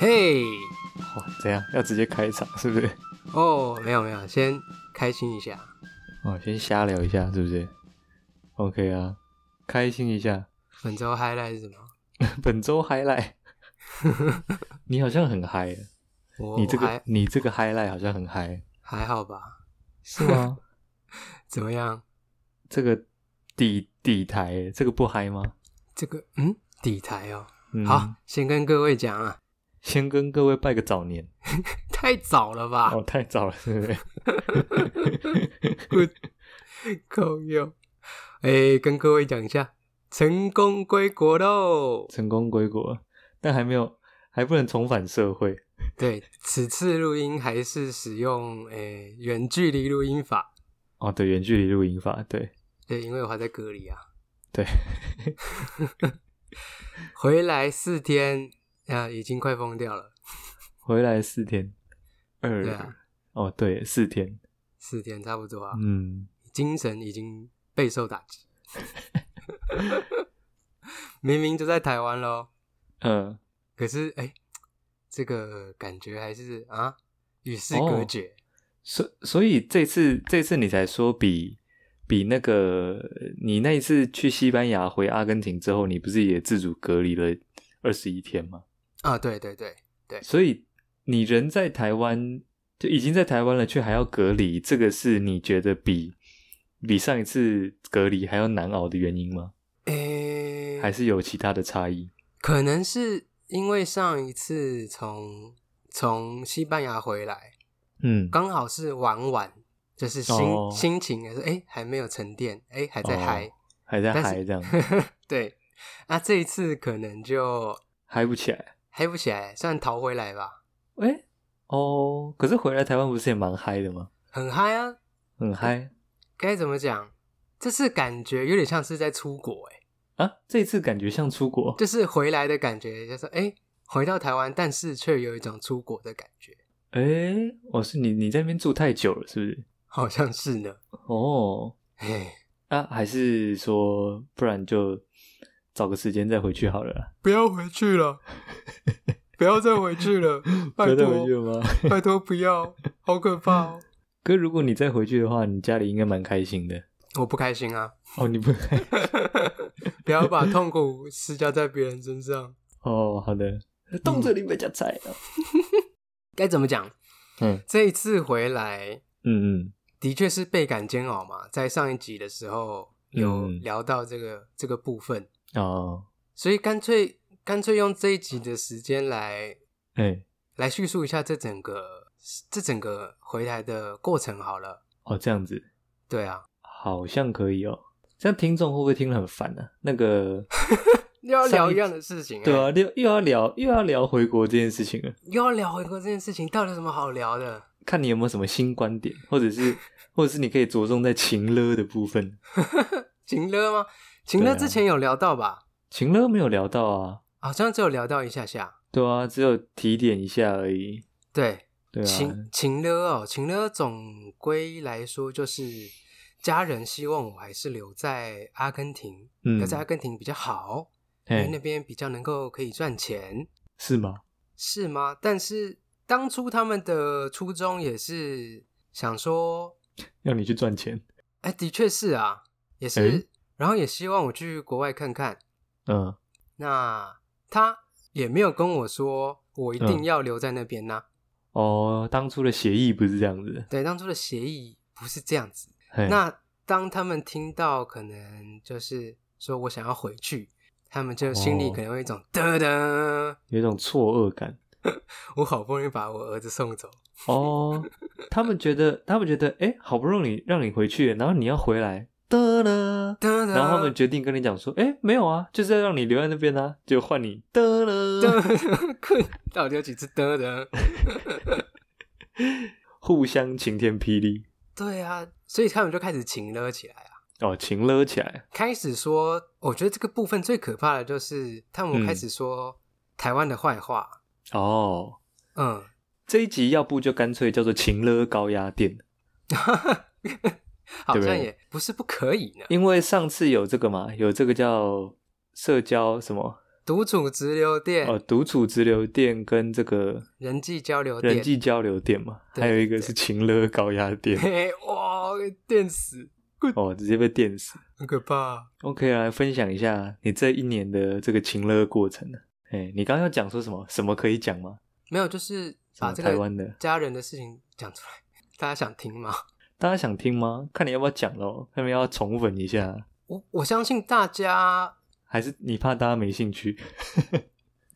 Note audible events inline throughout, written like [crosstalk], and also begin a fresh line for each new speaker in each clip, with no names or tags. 嘿，
哇，怎样？要直接开场是不是？
哦，没有没有，先开心一下。
哦，先瞎聊一下是不是？OK 啊，开心一下。 [laughs]
本周 highlight 是什么？
本周 [laughs] highlight，你好像很嗨，
我
你这
我
个
还
你这个 highlight 好像很嗨，
还好吧？
是吗？
怎么样？
[laughs] 这个底底台，这个不嗨吗？
这个嗯，底台哦。
嗯
好，，先跟各位讲啊，
先跟各位拜个早年。
太早了吧，
哦，太早了，是不是？ [laughs]
朋友。哎、跟各位讲一下，成功归国喽。
成功归国，但还没有，还不能重返社会。
对，此次录音还是使用诶、远距离录音法。
哦，对，远距离录音法，对
对，因为我还在隔离啊。
对，
[laughs] 回来四天，啊，已经快疯掉了。
回来四天，二
对啊
哦，对，四天，
四天差不多啊，
嗯，
精神已经备受打击。明明就在台湾咯，
呃，
可是哎、这个感觉还是啊，与世隔
哦
绝。
所所以这次这次你才说比比那个你那一次去西班牙回阿根廷之后，你不是也自主隔离了二十一天吗？
啊，对对对，
所以你人在台湾就已经在台湾了，却还要隔离，这个是你觉得比比上一次隔离还要难熬的原因吗？
诶、
还是有其他的差异？
可能是因为上一次从从西班牙回来，
嗯，
刚好是玩玩，就是心、
哦
心情也是哎、诶还没有沉淀，哎、还在
哦
嗨、
还在
但是 [laughs]
嗨这样，
对，啊，这一次可能就
嗨不起来。
嗨不起来，算逃回来吧，
哎、哦，可是回来台湾不是也蛮嗨的吗？
很嗨啊！
很嗨
该怎么讲？这次感觉有点像是在出国、欸，
啊！这次感觉像出国
就是回来的感觉，就是哎、诶回到台湾，但是却有一种出国的感觉，
哎，我、是你你在那边住太久了，是不是？
好像是呢。
哦，
哎，
啊，还是说不然就找个时间再回去好了啊啦，
[laughs] 不要回去了，不要再回去了，
不要再回去了吗？
[laughs]
[laughs]
拜托不要，好可怕哦！
哥，如果你再回去的话，你家里应该蛮开心的。
[laughs] 我不开心啊，
哦，你不
不要把痛苦施加在别人身上。
哦，好的，嗯动这里被夹菜哦了。
该怎么讲？
嗯
这一次回来，
嗯嗯，
的确是倍感煎熬嘛，在上一集的时候有
嗯
聊到这个、这个部分，
哦，
所以干脆干脆用这一集的时间来
哎、
来叙述一下这整个这整个回来的过程好了。
哦，这样子，
对啊，
好像可以哦。这样听众会不会听得很烦呢、那 [laughs] 个，
又要
上
聊
一
一样的事情、欸，
[laughs] 对啊，又又要聊又要聊回国这件事情了，
又要聊回国这件事情，到底有什么好聊的？
看你有没有什么新观点， [laughs] 或者是或者是你可以着重在情勒的部分。
情乐吗？情
对
乐
啊
之前有聊到吧？
情勒没有聊到啊，
好像只有聊到一下下。
对啊，只有提点一下而已。
对，
对啊
情，情勒哦，情勒总归来说就是家人希望我还是留在阿根廷，
嗯
留在阿根廷比较好，因为
哎
那，边比较能够可以赚钱，
是吗？
是吗？但是当初他们的初衷也是想说，
要你去赚钱，
哎，的确是啊，也是，
哎
然后也希望我去国外看看。
嗯，
那他也没有跟我说我一定
嗯
要留在那边呐、
哦，当初的协议不是这样子的，
对，当初的协议不是这样子。
嘿
那当他们听到可能就是说我想要回去，他们就心里
哦
可能会有一种噔噔，
有一种错愕感。 [laughs]
我好不容易把我儿子送走，
哦，他们觉得，他们觉得，哎，好不容易让你回去，然后你要回来，得了，
噔噔，
然后他们决定跟你讲说，哎，没有啊，就是要让你留在那边啊，就换你得了，
噔， [laughs] 困，到底有几次噔噔？
互相晴天霹雳，
对啊，所以他们就开始情了起来啊，
哦，情勒起来，
开始说，我觉得这个部分最可怕的就是他们
嗯
开始说台湾的坏话，
哦，
嗯， [laughs]
这一集要不就干脆叫做情勒高压电，
好
对不
像
对
也不是不可以呢，
因为上次有这个嘛，有这个叫社交什么
独处直流店、
哦，独处直流店跟这个
人际交流
人
店，
际交流店嘛，
对
还有一个是情乐高压店，
嘿，哇，电死，
哦，直接被电死。
很可怕。
OK，来啊分享一下你这一年的这个情乐过程呢？哎，你刚刚要讲说什么？什么可以讲吗？
没有，就是
什
把
么
这
台
个
湾的？
家人的事情讲出来，大家想听吗？ [laughs]
大家想听吗？看你要不要讲喽，看你要不要重粉一下，啊
我我相信大家，
还是你怕大家没兴趣？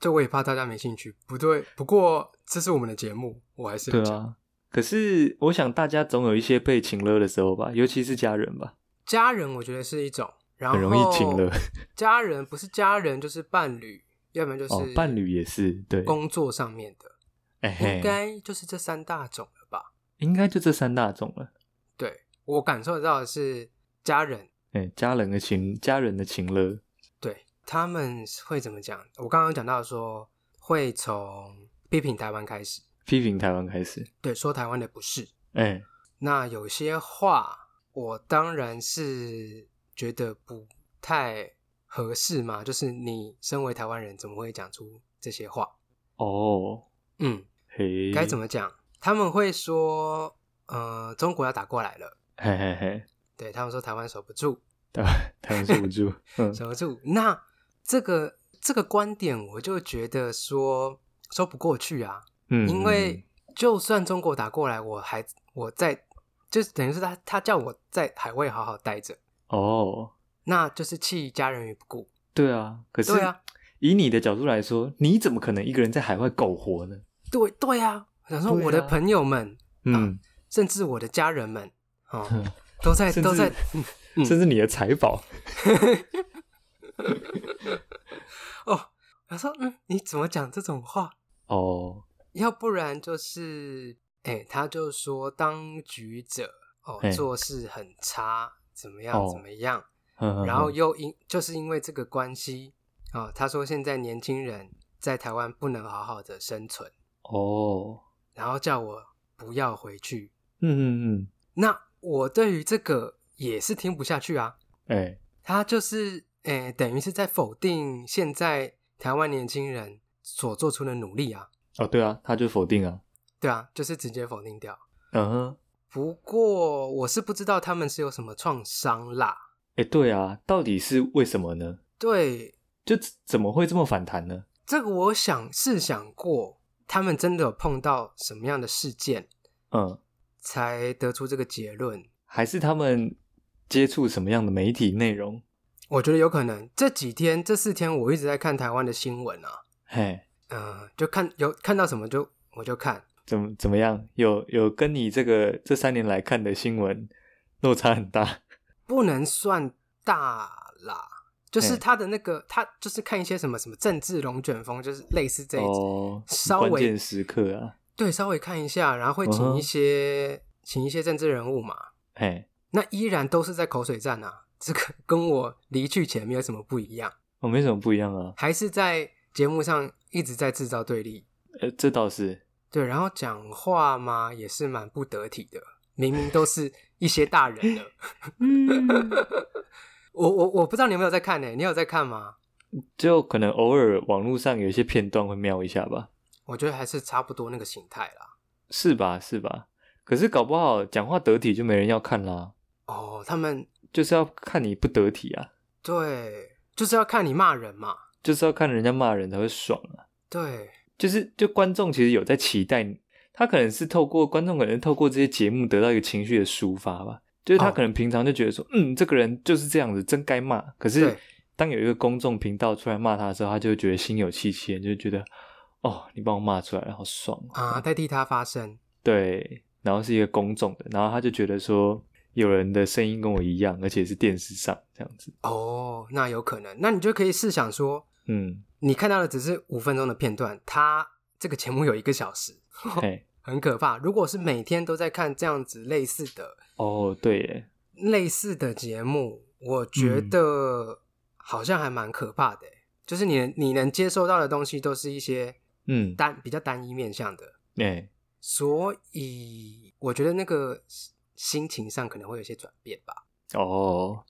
就我也怕大家没兴趣。不对，不过这是我们的节目，我还是
对啊，可是我想大家总有一些被请了的时候吧，尤其是家人吧，
家人，我觉得是一种，然后
很容易请了。
[laughs] 家人不是家人就是伴侣，要不然就是、
哦，伴侣也是对，
工作上面的，
哎
应
嘿，
该就是这三大种了吧？
应该就这三大种了。
对我感受到的是家人，
哎，家人的情，家人的情了，
对他们会怎么讲？我刚刚讲到说会从批评台湾开始，
批评台湾开始。
对，说台湾的不是。
哎，
那有些话，我当然是觉得不太合适嘛，就是你身为台湾人，怎么会讲出这些话？
哦，
嗯，
嘿，
该怎？么讲？他们会说，呃，中国要打过来了，
嘿嘿嘿，
对他们说台湾守不住，
台湾受不
[laughs]
住，嗯，
守不住。那这个这个观点，我就觉得说说不过去啊，
嗯，
因为就算中国打过来，我还我在，就是等于是他他叫我在海外好好待着，
嗯哦，
那就是弃家人于不顾。
对啊，可是
对啊，
以你的角度来说，你怎么可能一个人在海外苟活呢？
对对啊，想说
对啊
我的朋友们，
嗯，
甚至我的家人们，哦，
嗯
都在
甚至
都在，嗯嗯
甚至你的财宝，
哦，我说嗯，你怎么讲这种话？
哦，
要不然就是，哎、他就说当局者哦
哎
做事很差，怎么样
哦
怎么样，
嗯
然后又因就是因为这个关系啊、哦他说现在年轻人在台湾不能好好的生存，
哦，
然后叫我不要回去。
嗯嗯
那我对于这个也是听不下去啊，
嗯，哎，
他就是诶、等于是在否定现在台湾年轻人所做出的努力啊，
哦，对啊，他就否定啊，
对啊，就是直接否定掉。
嗯哼，
不过我是不知道他们是有什么创伤啦。
哎，对啊，到底是为什么呢？
对，
就怎怎么会这么反弹呢？
这个我想是想过，他们真的有碰到什么样的事件，
嗯，
才得出这个结论。
还是他们接触什么样的媒体内容？
我觉得有可能这几天这四天我一直在看台湾的新闻啊，
嘿，
嗯、就看有看到什么就我就看，
怎么怎么样？有有跟你这个这三年来看的新闻落差很
[laughs]
大？
不能算大啦，就是
嘿
他的那个他就是看一些什么什么政治龙卷风，就是类似这一种。
哦，
稍
关
微
键时刻啊，
对，稍微看一下，然后会请
嗯哼
一些、请一些政治人物嘛，
嘿，
那依然都是在口水战啊，这个跟我离去前没有什么不一样，
哦，没什么不一样啊，
还是在节目上一直在制造对立，
呃，这倒是，
对，然后讲话嘛也是蛮不得体的，明明都是一些大人了，嗯我我我不知道你有没有在看呢、你有在看吗？
就可能偶尔网络上有一些片段会瞄一下吧，
我觉得还是差不多那个形态啦。
是吧？是吧？可是搞不好讲话得体就没人要看啦，
哦，他们
就是要看你不得体啊，
对，就是要看你骂人嘛，
就是要看人家骂人才会爽啊，
对，
就是就观众其实有在期待你，他可能是透过观众可能透过这些节目得到一个情绪的抒发吧。就是他
哦
可能平常就觉得说，嗯，这个人就是这样子，真该骂。可是
对
当有一个公众频道出来骂他的时候，他就会觉得心有戚戚焉，就会觉得，哦，你帮我骂出来了，好爽哦
啊，代替他发声，
对，然后是一个公众的，然后他就觉得说有人的声音跟我一样，而且是电视上这样子。
哦，那有可能，那你就可以试想说，
嗯，
[laughs] 你看到的只是五分钟的片段，它这个节目有一个小时，
嘿，
很可怕。如果是每天都在看这样子类似的
哦，对耶，
类似的节目，我觉
嗯
得好像还蛮可怕的欸。就是你你能接受到的东西都是一些
嗯，
单比较单一面向的，
哎，
所以我觉得那个心情上可能会有些转变吧。
哦，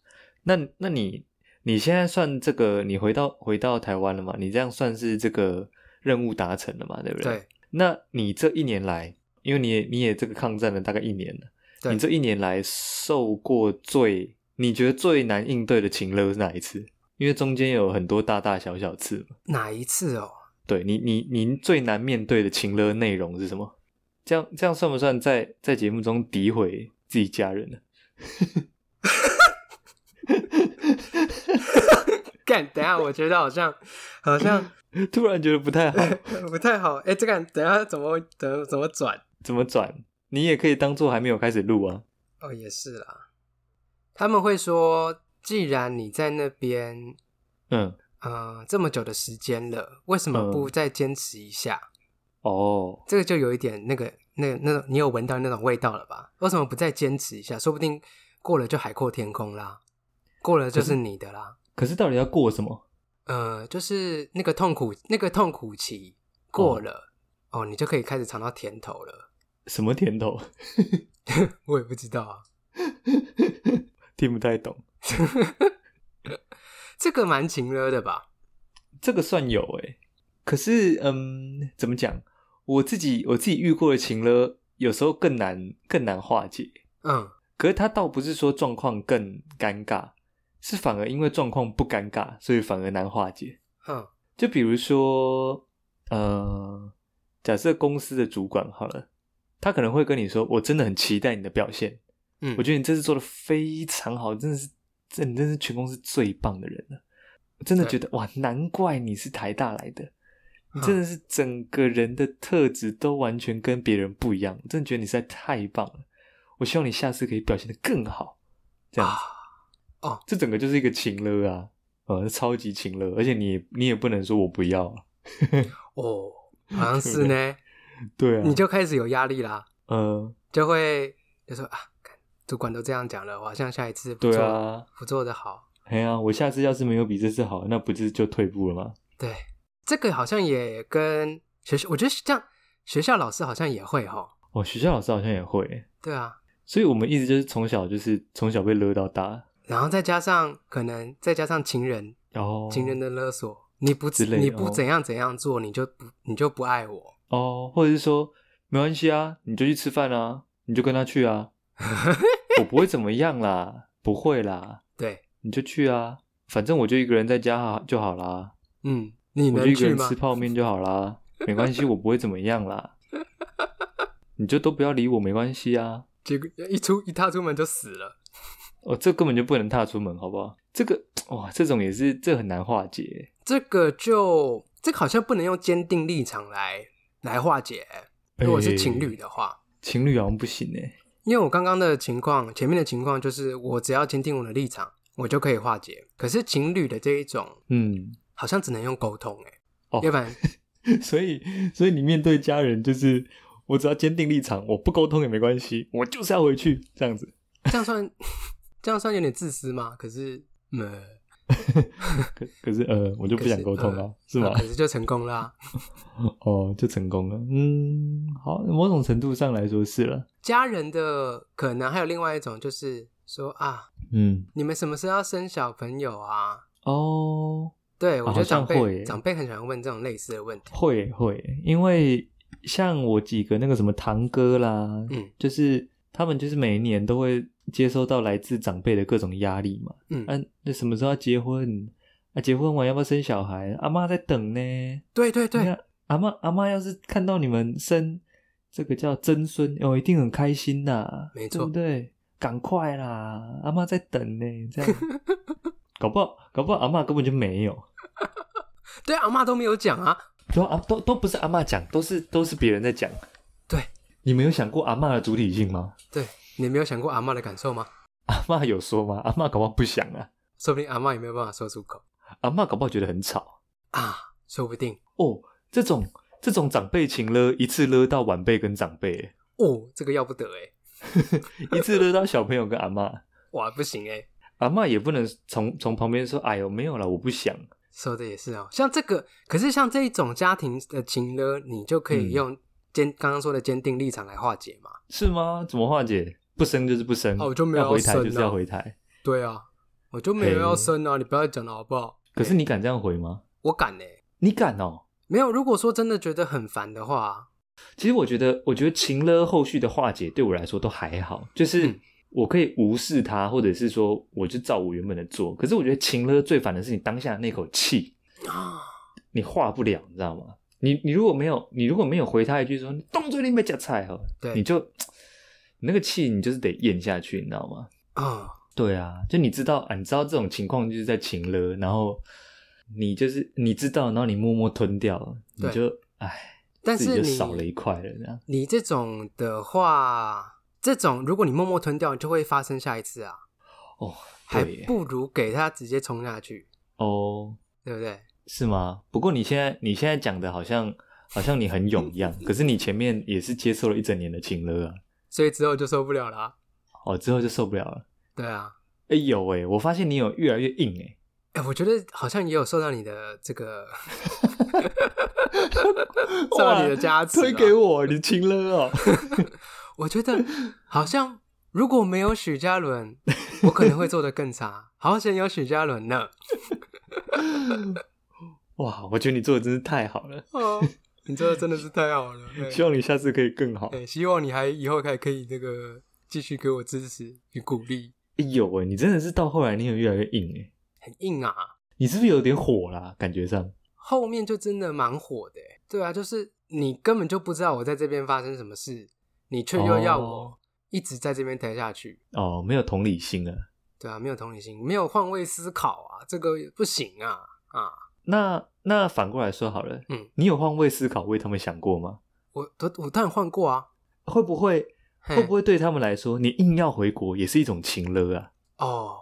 那那你你现在算这个，你回到回到台湾了嘛？你这样算是这个任务达成了嘛？对不对？
对
那你这一年来，因为你也你也这个抗战了大概一年了，
对
你这一年来受过最你觉得最难应对的情勒是哪一次？因为中间有很多大大小小次嘛。
哪一次哦？
对你你您最难面对的情勒内容是什么？这样这样算不算在在节目中诋毁自己家人呢？ [laughs]
干，等一下，我觉得好像好
[laughs]
像
突然觉得不太好，
不太好。哎、这个等一下怎么怎么怎么转？
怎么转？你也可以当做还没有开始录啊。
哦，也是啦。他们会说，既然你在那边，
嗯，
呃，这么久的时间了，为什么
嗯
不再坚持一下？
哦，
这个就有一点那个那那种，你有闻到那种味道了吧？为什么不再坚持一下？说不定过了就海阔天空啦，过了就是你的啦。
可是到底要过什么？
呃，就是那个痛苦，那个痛苦期过
嗯
了，哦你就可以开始尝到甜头了。 [laughs]
什么甜头？ [laughs]
我也不知道啊， [laughs]
听不太懂。
这个蛮情了的吧？
这个算有诶、可是嗯，怎么讲？我自己我自己遇过的情了，有时候更难更难化解。
嗯，
可是他倒不是说状况更尴尬，是反而因为状况不尴尬，所以反而难化解。
哼，
就比如说，呃，假设公司的主管好了，他可能会跟你说：“我真的很期待你的表现，
嗯，
我觉得你这次做的非常好，真的是，这你真是全公司最棒的人了。”我真的觉得哇，难怪你是台大来的，
嗯
你真的是整个人的特质都完全跟别人不一样，我真的觉得你实在太棒了。我希望你下次可以表现得更好，这样子。
啊
这整个就是一个情勒啊，呃，超级情勒，而且你也你也不能说我不要啊， [laughs]
哦，好像是呢，
对啊，
你就开始有压力啦，
呃，
就会就说啊，干主管都这样讲了，我好像下一次不
对
做，
啊，
不做的好。
哎呀、我下次要是没有比这次好，那不是就退步了吗？
对，这个好像也跟学校，我觉得这样学校老师好像也会哈。
哦，学校老师好像也会，
对啊，
所以我们一直就是从小就是从小被勒到大，
然后再加上可能再加上情人，
然后
情人的勒索，你不
哦之类的
你不
哦
怎样怎样做，你就不你就不爱我。
哦，或者是说没关系啊，你就去吃饭啊，你就跟他去
[laughs]
啊，我不会怎么样啦，不会啦，
对，
你就去啊，反正我就一个人在家就好啦。
嗯，你
我就一
能
个
去
人
吗
吃？泡面就好
[laughs]
啦，没关系，我不会怎么样啦。你就都不要理我，没关系啊。
结果一出一踏出门就死了。
哦，这根本就不能踏出门，好不好？这个哇，这种也是这很难化解。
这个就这个好像不能用坚定立场来来化解。如果是情侣
哎
的话，
情侣好像不行哎。
因为我刚刚的情况，前面的情况就是我只要坚定我的立场，我就可以化解。可是情侣的这一种，
嗯， [laughs]
好像只能用沟通哎、欸
哦
要不然
所以所以你面对家人，就是我只要坚定立场，我不沟通也没关系，我就是要回去这样子。
这样算这样算有点自私吗？可是，嗯，
可可是呃，我就不想沟通啊，是吗
啊？可是就成功啦、
哦，就成功了。嗯，好，某种程度上来说是了。
家人的可能还有另外一种，就是说啊，
嗯，
你们什么时候要生小朋友啊？
哦，
对，我觉得
好
长
像会哦
辈、
欸
长辈很喜欢问这种类似的问题。
会会，因为像我几个那个什么堂哥啦，
嗯
就是他们就是每一年都会接收到来自长辈的各种压力嘛。
嗯，
啊，那什么时候要结婚？啊，结婚完要不要生小孩？阿妈在等呢。
对对
你
对
看，阿妈阿妈要是看到你们生这个叫曾孙，哦，一定很开心呐，
没
对
错
不对？赶快啦，阿妈在等呢，
[laughs]
这样。搞不好，搞不好阿妈根本就没有，
对，阿妈都没有讲啊。
对啊，都都不是阿嬷讲，都是都是别人在讲。
对，
你们有想过阿嬷的主体性吗？
对你没有想过阿妈的感受吗？
阿嬷有说吗？阿嬷搞不好不想啊，
说不定阿妈也没有办法说出口
阿嬷搞不好觉得很吵
啊，说不定
哦。这种这种长辈情勒，一次勒到晚辈跟长辈，
哦，这个要不得哎、欸，
一次勒到小朋友跟阿 [laughs] 嬷。
哇，不行哎、
阿嬷也不能从从旁边说：“哎呦，没有了，我不想。
说的也是哦，像这个，可是像这一种家庭的情呢，你就可
嗯
以用坚刚刚说的坚定立场来化解嘛。”
是吗？怎么化解？不生就是不生，
啊我就没有
要回
要
台
生
就是要
啊
回台。
对啊，我就没有要生啊，你不要再讲了好不好？欸
可是你敢这样回吗？
我敢嘞、
你敢哦？
没有。如果说真的觉得很烦的话，
其实我觉得，我觉得情勒后续的化解对我来说都还好，就是
嗯
我可以无视他，或者是说我就照我原本的做。可是我觉得情勒最烦的是你当下那口气，
啊，
你化不了，你知道吗？你你如果没有你如果没有回他一句说你动嘴里没夹菜哦，
对
你就你那个气你就是得咽下去，你知道吗？
嗯，
对啊，就你知道啊，你知道这种情况就是在情了，然后你就是你知道，然后你默默吞掉了，你
对
就唉，
但
自己
是
就
你
少了一块了，这样
你这种的话，这种如果你默默吞掉，就会发生下一次啊，
哦，
还
对耶
不如给他直接冲下去，
哦，
对不对？
是吗？不过你现在你现在讲的好像好像你很勇一
[laughs]
样，可是你前面也是接受了一整年的情了啊，
所以之后就受不了啦、
哦，之后就受不了了。
对啊，
哎有哎，我发现你有越来越硬哎，
哎、我觉得好像也有受到你的这
[laughs]
个受
哇
到你的加持、啊。
推给我，你情了哦，
我觉得好像如果没有许嘉伦，我可能会做得更差。好险有许嘉伦呢！
[laughs] 哇，我觉得你做的真是太好了，
哦，你做的真的是太好
[laughs]
了。对
希望你下次可以更好。
对，希望你还以后还可以这个继续给我支持与鼓励。
哎有哎，你真的是到后来你有越来越硬哎。
很硬啊，
你是不是有点火啦？感觉上
后面就真的蛮火的欸。对啊，就是你根本就不知道我在这边发生什么事，你却又要
哦
我一直在这边待下去。
哦，没有同理心啊。
对啊，没有同理心，没有换位思考啊，这个不行啊啊！
那那反过来说好了，
嗯，
你有换位思考为他们想过吗？
我我我当然换过啊，
会不会
嘿
会不会对他们来说，你硬要回国也是一种情了啊？
哦，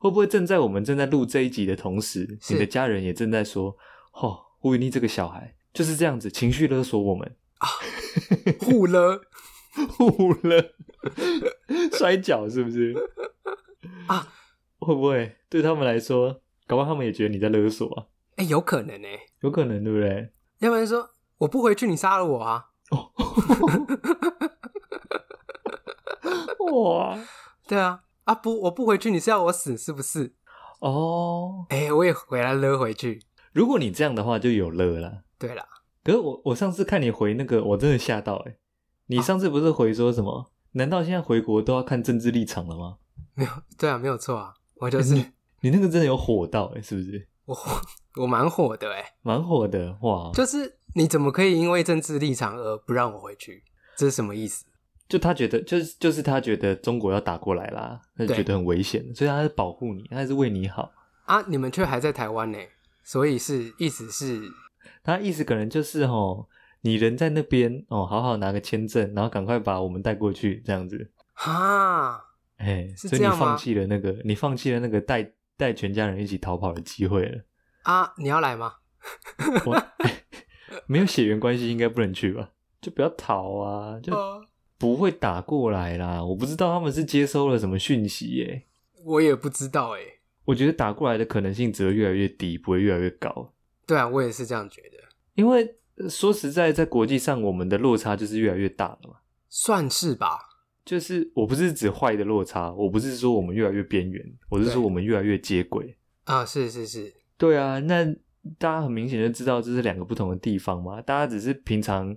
会不会正在我们正在录这一集的同时，
是
你的家人也正在说，哦，吴云丽这个小孩就是这样子情绪勒索我们，
互了
哭了， [laughs] 摔跤是不是？
啊！
会不会对他们来说，搞不好他们也觉得你在勒索啊？
哎、有可能呢、
有可能，对不对？
要不然说我不回去，你杀了我啊？
哇！
对啊，啊不，我不回去，你是要我死是不是？
哦，
哎、我也回来勒回去。
如果你这样的话就有乐了。
对啦，
可是我我上次看你回那个，我真的吓到哎、你上次不是回说什么？难道现在回国都要看政治立场了吗？
没有对啊，没有错啊，我
[laughs]
就是
你那个真的有火到哎、是不是？
我火，我蛮火的哎、
蛮火的哇！就
就是你怎么可以因为政治立场而不让我回去？这是什么意思？
就他觉得，就是就是他觉得中国要打过来啦，他就
对
觉得很危险，所以他是保护你，他是为你好。
啊，你们却还在台湾呢、所以是意思是
他意思可能就是哦，你人在那边哦，好好拿个签证，然后赶快把我们带过去这样子。
哈，
哎，
是
所
这
以你
样吗
放弃了那个，你放弃了那个带带全家人一起逃跑的机会了。
啊，你要来吗？ [laughs]
我没有血缘关系，应该不能去吧？就不要逃啊，就
呃
不会打过来啦。我不知道他们是接收了什么讯息耶、
我也不知道哎、
我觉得打过来的可能性只会越来越低，不会越来越高。
对啊，我也是这样觉得，
因为呃说实在，在国际上，我们的落差就是越来越大了嘛。
算是吧。
就是我不是指坏的落差，我不是说我们越来越边缘，我是
对
说我们越来越接轨。
啊，是是是，
对啊，那大家很明显就知道这是两个不同的地方嘛。大家只是平常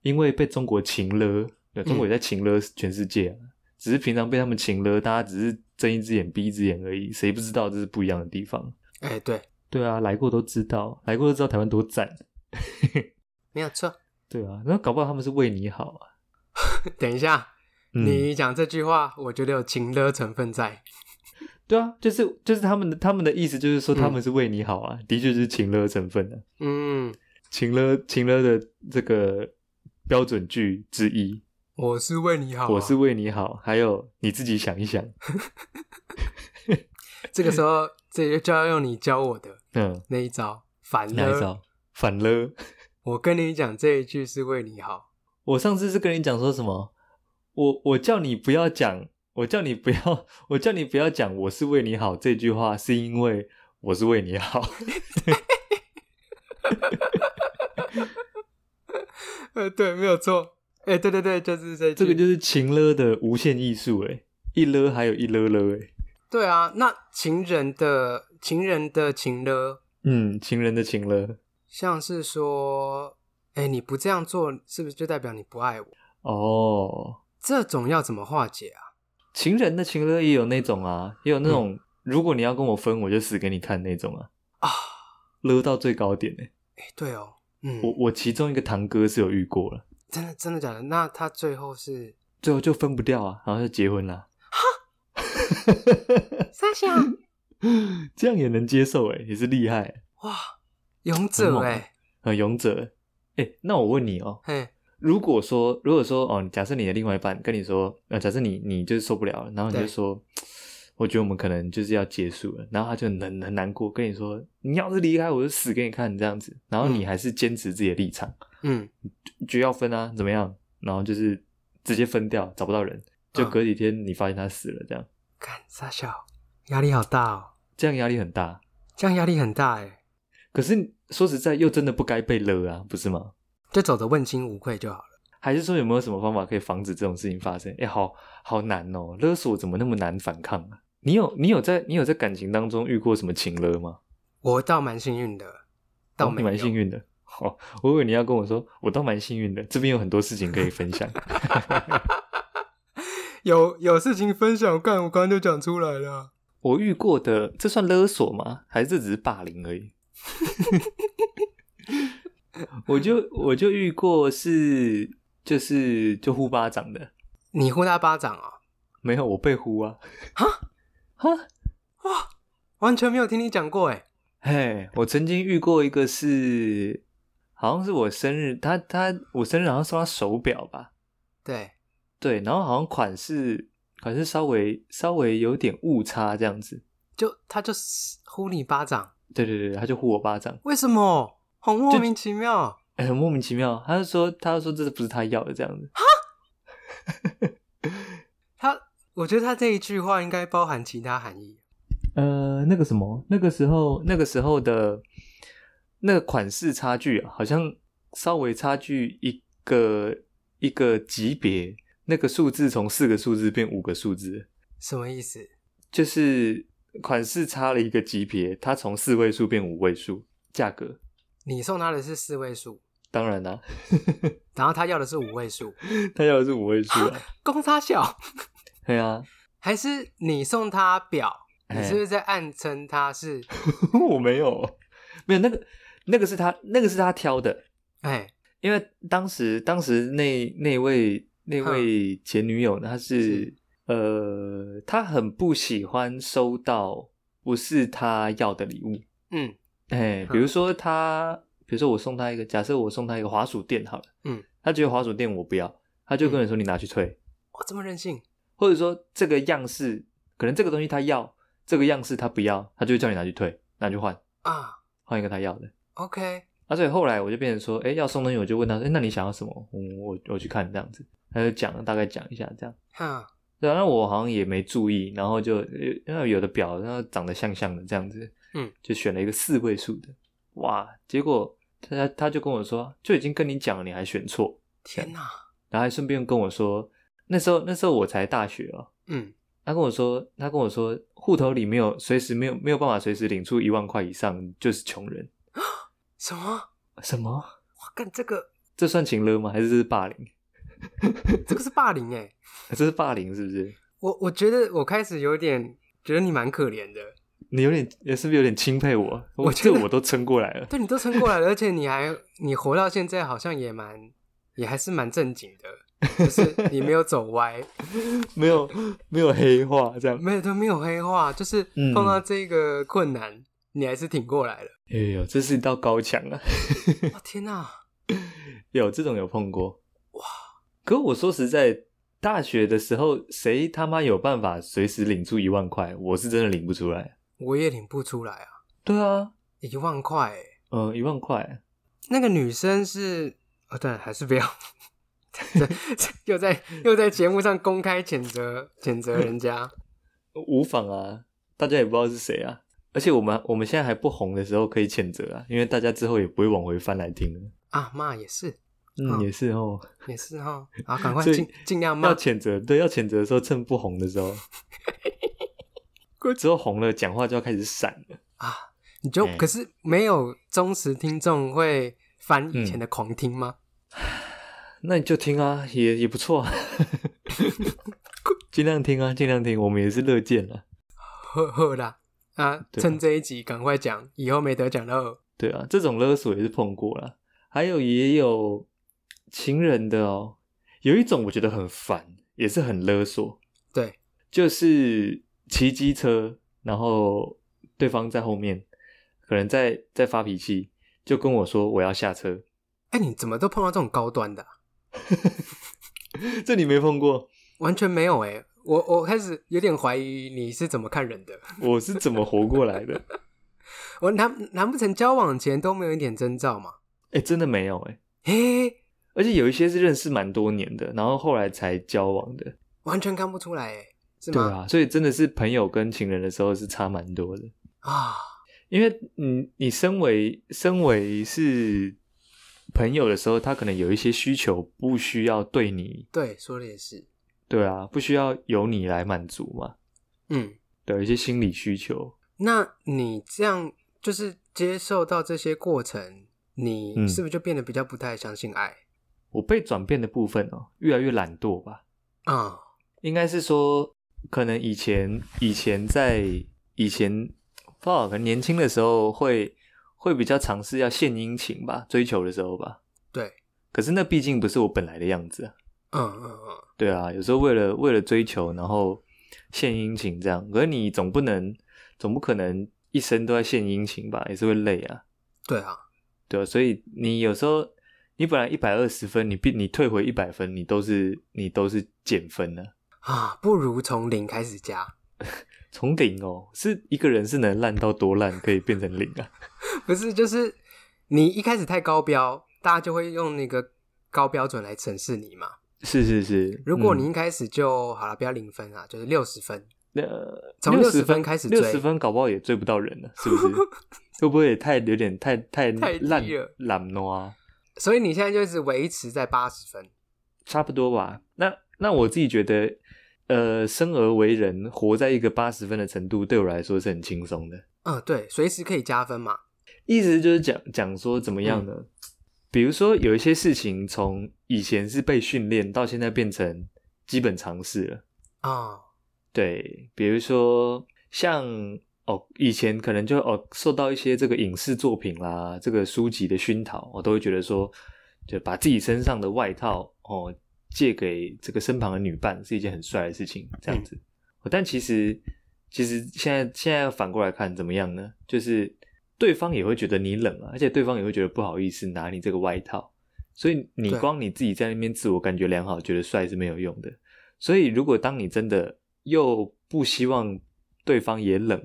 因为被中国情勒，对，中国也在情勒全世界、啊，只是平常被他们情勒，大家只是睁一只眼闭一只眼而已，谁不知道这是不一样的地方？
哎、对，
对啊，来过都知道，来过都知道台湾多赞。
没有错。 [laughs]
对啊，那搞不好他们是为你好啊。
等一下，
嗯、
你讲这句话，我觉得有情的成分在。
对啊，就是就是他们的他们的意思就是说
嗯
他们是为你好啊，的确就是情勒成分啊，
嗯，
情勒情勒的这个标准句之一。
我是为你好、啊。
我是为你好，还有你自己想一想，
这个时候，这就要用你教我的
嗯，
那一招反
哪一
了。
招？反了。
我跟你讲，这一句是为你好。
我上次是跟你讲说什么？我我叫你不要讲，我叫你不要，我叫你不要讲我是为你好这句话，是因为我是为
[laughs]
你好。
呃，对，没有错。哎、对对对，就是这句
欸这个就是情勒的无限艺术，哎，一勒还有一勒勒，哎，
对啊，那情人的情人的情了，
嗯，情人的情了。
像是说，哎、你不这样做，是不是就代表你不爱我？
哦，
这种要怎么化解啊？
情人的情了也有那种啊，也有那种、
嗯
如果你要跟我分，我就死给你看那种啊，
啊，
勒到最高点呢、欸
哎、对哦，嗯，
我我其中一个堂哥是有遇过了，
真的真的假的？那他最后是
最后就分不掉啊，然后就结婚啦。
三小
这样也能接受哎、也是厉害欸、
[laughs] 哇，勇
很
者
猛啊
哎、
很勇者哎、欸那我问你哦，
嘿，
如果说，如果说哦，假设你的另外一半跟你说，呃，假设你你就是受不了了，然后你就
对
说，我觉得我们可能就是要结束了，然后他就很很难过，跟你说，你要是离开我就死给你看这样子，然后你
嗯
还是坚持自己的立场，
嗯，
就要分啊，怎么样？然后就是直接分掉，找不到人，就
嗯
隔几天你发现他死了，这样
看傻小，压力好大哦，
这样压力很大。
这样压力很大哎、
可是说实在，又真的不该被勒啊，不是吗？
就走得问心无愧就好了。
还是说有没有什么方法可以防止这种事情发生？哎、好好难哦，勒索怎么那么难反抗啊？你有你有在你有在感情当中遇过什么情勒吗？
我倒蛮幸运的，倒
哦
没
你
有
蛮幸运的。哦，我以为你要跟我说，我倒蛮幸运的，这边有很多事情可以分享。
有有事情分享，干我刚刚就讲出来了。
我遇过的，这算勒索吗？还是这只是霸凌而已？ [laughs] 我就我就遇过是就是就呼巴掌的，
你呼他巴掌哦，
没有我被呼啊，哈哈，
哦完全没有听你讲过哎。
嘿，我曾经遇过一个是，好像是我生日，他他我生日好像送他手表吧，
对，
对，然后好像款式款式稍微稍微有点误差这样子，
就他就是呼你巴掌，
对对对，他就呼我巴掌，
为什么？好莫名其妙。
哎很莫名其妙，他就说他就说这不是他要的这样子，
他，我觉得他这一句话应该包含其他含义。
呃，那个什么，那个时候那个时候的那个款式差距、啊、好像稍微差距一个一个级别，那个数字从四个数字变五个数字。
什么意思？
就是款式差了一个级别，它从四位数变五位数，价格
你送他的是四位数，
当然啦、
然后他要的是五位数，
他要的是五位数啊， [laughs]
公差小，
对啊， [laughs]
还是你送他表？你
哎
是不是在暗称他是？
我没有，没有那个那个是他那个是他挑的，
哎，
因为当时当时那那位那位前女友呢，她是
嗯是
呃，她很不喜欢收到不是她要的礼物，
嗯
哎，比如说他，比如说我送他一个，假设我送他一个滑鼠垫好了，
嗯，
他觉得滑鼠垫我不要，他就跟人说你拿去退，
哇，这么任性，
或者说这个样式，可能这个东西他要，这个样式他不要，他就会叫你拿去退，拿去换，
啊
换一个他要的。
，OK，
啊，所以后来我就变成说，哎，要送东西我就问他，哎，那你想要什么？我我我去看这样子，他就讲大概讲一下这样。
哈，
对啊，那我好像也没注意，然后就呃因为有的表，然后长得像像的这样子，
嗯，
就选了一个四位数的，哇！结果他他就跟我说，就已经跟你讲了，你还选错，
天哪，
然后还顺便跟我说，那时候那时候我才大学哦，
嗯，
他跟我说，他跟我说，户头里没有随时没有没有办法随时领出一万块以上，就是穷人。 [laughs]
什么？
什么？
哇，干这个，
这算情勒吗？还是这是霸凌？
[laughs] 这个是霸凌哎、
这是霸凌是不是？
我我觉得我开始有点觉得你蛮可怜的，
你有点，是不是有点钦佩我？
我觉
这
得
我都撑过来了。
对你都撑过来了，而且你还你活到现在好像也蛮也还是蛮正经的，就是你没有走歪，
[laughs] 没有没有黑化这样。
没有都没有黑化，就是
嗯
碰到这个困难，你还是挺过来了。
哎呦，这是一道高墙啊！
哇天哪，
有这种有碰过哇？可我说实在，大学的时候谁他妈有办法随时领出一万块？我是真的领不出来。
我也领不出来啊，
对啊，
一万块、欸，
嗯、一万块，
那个女生是哦，对，还是不要。 [laughs] 这这又在又在节目上公开谴责谴责人家，
无妨啊，大家也不知道是谁啊。而且我们我们现在还不红的时候可以谴责啊，因为大家之后也不会往回翻来听了。
啊骂也是
嗯，
嗯
也是哦。
也是哈，啊赶快
所以
尽尽量骂
要谴责，对，要谴责的时候趁不红的时候。之后红了，讲话就要开始闪了。
啊，你就、
哎
可是没有忠实听众会翻以前的狂听吗？
那你就听啊，也也不错啊， [laughs] 尽量听啊，尽量听，我们也是乐见了。
呵呵啦，啊，
嗯对啊
趁这一集赶快讲，以后没得讲了。
对啊，这种勒索也是碰过了，还有也有情人的哦，有一种我觉得很烦，也是很勒索，
对，
就是骑机车，然后对方在后面，可能在在发脾气，就跟我说我要下车，
哎、你怎么都碰到这种高端的啊、
[laughs] 这你没碰过，
完全没有哎、我我开始有点怀疑你是怎么看人的。
我是怎么活过来的？
我难难不成交往前都没有一点征兆吗？
哎、真的没有哎、
嘿、
而且有一些是认识蛮多年的，然后后来才交往的，
完全看不出来哎、是
对
吗？
啊，所以真的是朋友跟情人的时候是差蛮多的。
啊，
因为你你身为身为是朋友的时候，他可能有一些需求不需要对你，
对，说的也是。
对啊，不需要由你来满足嘛，
嗯，
对，有一些心理需求。
那你这样就是接受到这些过程，你
嗯
是不是就变得比较不太相信爱
我被转变的部分哦，越来越懒惰吧，
啊、
应该是说，可能以前以前在以前，不知道可能年轻的时候会会比较尝试要献殷勤吧，追求的时候吧，
对，
可是那毕竟不是我本来的样子啊。
嗯嗯嗯，
对啊，有时候为了为了追求，然后献殷勤这样，可是你总不能总不可能一生都在献殷勤吧，也是会累啊，
对啊，
对啊，所以你有时候你本来一百二十分，你必你退回一百分，你都是你都是减分的、
啊，不如从零开始加， [laughs]
从零哦，是一个人是能烂到多烂可以变成零啊？
不是就是你一开始太高标，大家就会用那个高标准来审视你嘛。
[laughs] 是是是，
如果你一开始就、好了，不要零分啊，就是六十分，
嗯呃
从
60
60分开始追
六十分搞不好也追不到人了，是
[laughs]
不是？会不会也太有点太太
太低
烂
了
懒惰啊？
所以你现在就一直维持在八十分。
差不多吧。那那我自己觉得，呃，生而为人，活在一个八十分的程度，对我来说是很轻松的。
嗯，对，随时可以加分嘛。
意思就是讲讲说怎么样呢？
嗯
比如说有一些事情，从以前是被训练，到现在变成基本常识了。
啊、
对，比如说像哦，以前可能就哦受到一些这个影视作品啦、这个书籍的熏陶，我、都会觉得说，就把自己身上的外套哦借给这个身旁的女伴是一件很帅的事情，这样子。哦但其实其实现在现在反过来看怎么样呢？就是对方也会觉得你冷啊，而且对方也会觉得不好意思拿你这个外套。所以你
对
光你自己在那边自我感觉良好，觉得帅是没有用的。所以，如果当你真的又不希望对方也冷，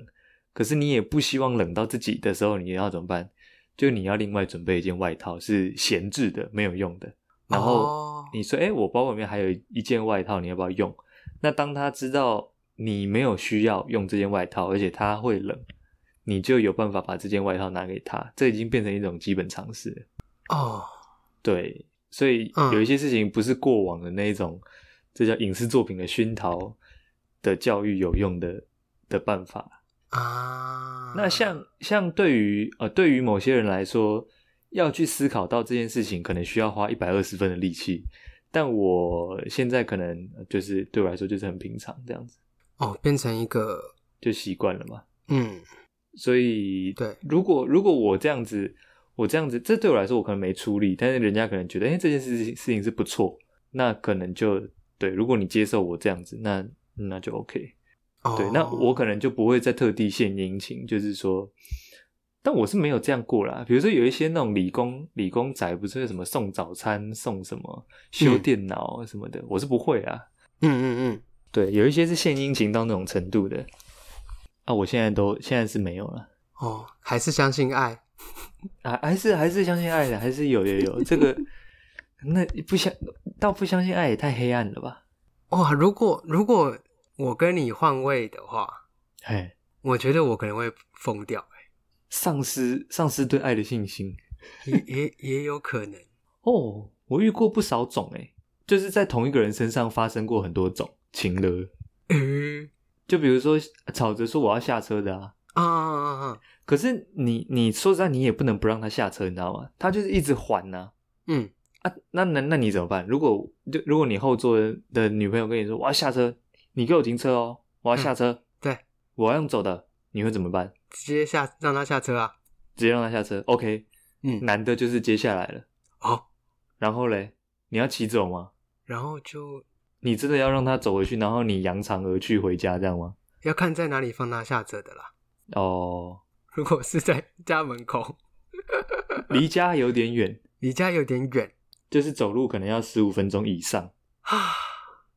可是你也不希望冷到自己的时候，你要怎么办？就你要另外准备一件外套，是闲置的，没有用的。然后
哦
你说：“哎、我包包里面还有一件外套，你要不要用？”那当他知道你没有需要用这件外套，而且他会冷，你就有办法把这件外套拿给他。这已经变成一种基本常识了。
哦，
对，所以
嗯
有一些事情不是过往的那一种，这叫影视作品的熏陶的教育有用的的办法。
啊，
那像像对于呃对于某些人来说，要去思考到这件事情，可能需要花一百二十分的力气。但我现在可能呃就是对我来说就是很平常这样子，
哦，变成一个
就习惯了嘛。
嗯，
所以，
对
如果如果我这样子，我这样子，这对我来说我可能没出力，但是人家可能觉得，哎、这件事情事情是不错，那可能就对。如果你接受我这样子，那那就 OK。
哦、
对，那我可能就不会再特地献殷勤，就是说，但我是没有这样过啦。比如说有一些那种理工理工仔，不是会什么送早餐、送什么修
嗯
电脑什么的，我是不会啊。
嗯嗯
对，有一些是献殷勤到那种程度的，啊，我现在都现在是没有了。
嗯，哦，还是相信爱，
啊，还是还是相信爱的，还是有有有这个，那不相到不相信爱也太黑暗了吧？
哇！如果如果我跟你换位的话，
哎，
我觉得我可能会疯掉、
丧失丧失对爱的信心
也也也有可能
哦。我遇过不少欸种哎，就是在同一个人身上发生过很多种情勒，
嗯，
就比如说吵着说我要下车的啊，
啊啊啊啊！
可是你你说实在，你也不能不让他下车，你知道吗？他就是一直缓呐、
嗯，
啊，那那那你怎么办？如果就如果你后座的女朋友跟你说我要下车，你给我停车哦，我要下车，
嗯对，
我要用走的，你会怎么办？
直接下让他下车啊。
直接让他下车，OK，
嗯，哦
男的就是接下来了，
好，
然后嘞，你要骑走吗？
然后就
你真的要让他走回去，然后你扬长而去回家这样吗？
要看在哪里放他下车的啦。
哦，
如果是在家门口，
离家有点远，
离家有点远
就是走路可能要十五分钟以上，
啊。